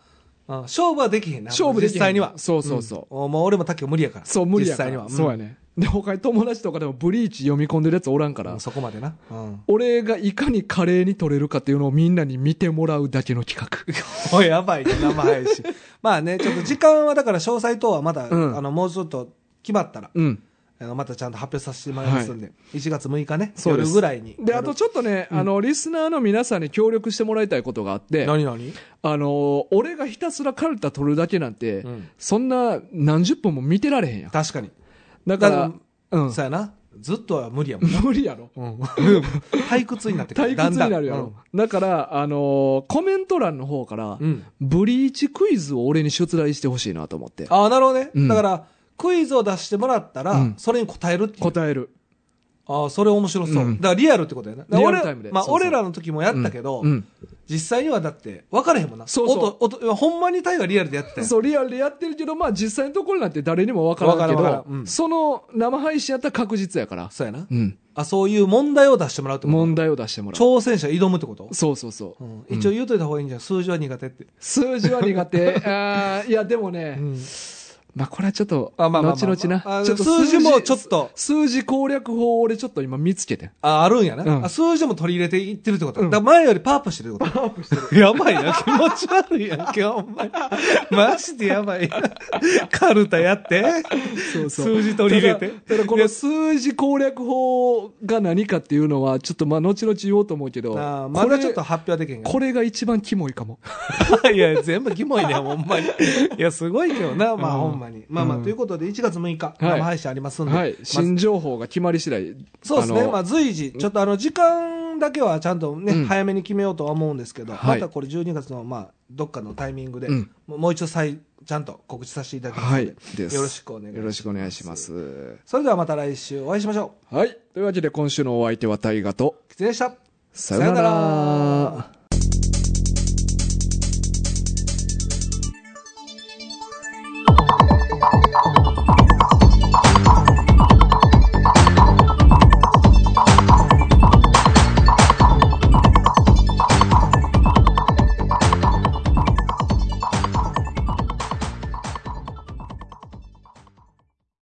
勝負はできへんな。勝負できへん実際には。そうそうそうんおもう俺も卓球無理やから。そう、無理や実から。際には。んそうやね。で、他に友達とかでもブリーチ読み込んでるやつおらんから、うんそこまでな。うん。俺がいかに華麗に撮れるかっていうのをみんなに見てもらうだけの企 画。おいやばいね、生配信。 まあね、ちょっと時間はだから詳細等はまだ、うんあの、もうちょっと決まったら、うん。あのまたちゃんと発表させてもらいますんで、1月6日ね、そうで夜すぐらいに。で、あとちょっとね、あの、リスナーの皆さんに協力してもらいたいことがあって、何何あの、俺がひたすらカルタ取るだけなんて、うんそんな何十分も見てられへんやん。確かに。だだから、うん。 そうやな。ずっとは無理やもんな。無理やろ。うん。退屈になってく退屈になるやろ。だだんから、あのーコメント欄の方からだん。、うん。ブリーチクイズを俺に出題してほしいなと思って。ああ、なるほどね。うんだから、クイズを出してもらったら、うんそれに答えるっていう。答える。ああ、それ面白そう。うんだからリアルってことやな。だからリアルタイムでまあ、そうそう俺らの時もやったけど、うん。実際にはだって、分かれへんもんな。そうそう音、音、ほんまにタイがリアルでやってたやんそう、リアルでやってるけど、まあ実際のところなんて誰にもわからんけわからんわど、からんうんその生配信やったら確実やから、そうやな。うん。あ、そういう問題を出してもらうってこと問題を出してもらう。挑戦者挑むってこと、そうそうそう。うん、一応言うといた方がいいんじゃん。数字は苦手って。数字は苦 手。あーいや、でもね、まあこれはちょっと、あまあまあまあ後々あな。ちょっと数字もちょっと数字攻略法を俺ちょっと今見つけてん。あ、あるんやな、うんあ数字も取り入れていってるってこと、うんだから前よりパープしてるってことパープしてる。やばいな。気持ち悪いやんけ、ほんまに。マジでやばいな。カルタやって。そうそう数字取り入れて。ただこいやの数字攻略法が何かっていうのは、ちょっとまあ後々言おうと思うけど、あーまだち ょっと発表はできへんがこれが一番キモいかも。いや、全部キモいね、ほんまに。いや、すごいけどな、まあ、うんほんまに。まあまあ、うんということで、1月6日、はい生配信ありますんで。はい。まあ新情報が決まり次第。そうですあね、のまあ、随時、ちょっとあの、時間だけはちゃんとね、うん早めに決めようとは思うんですけど、はいまたこれ12月の、まあ、どっかのタイミングで、うんもうもう一度再、ちゃんと告知させていただきますのはで、い。です。よろしくお願いしますよろしくお願いします。それではまた来週お会いしましょはい。というわけで今週のお相手は大河と、う。失礼でした。さようなさようならら。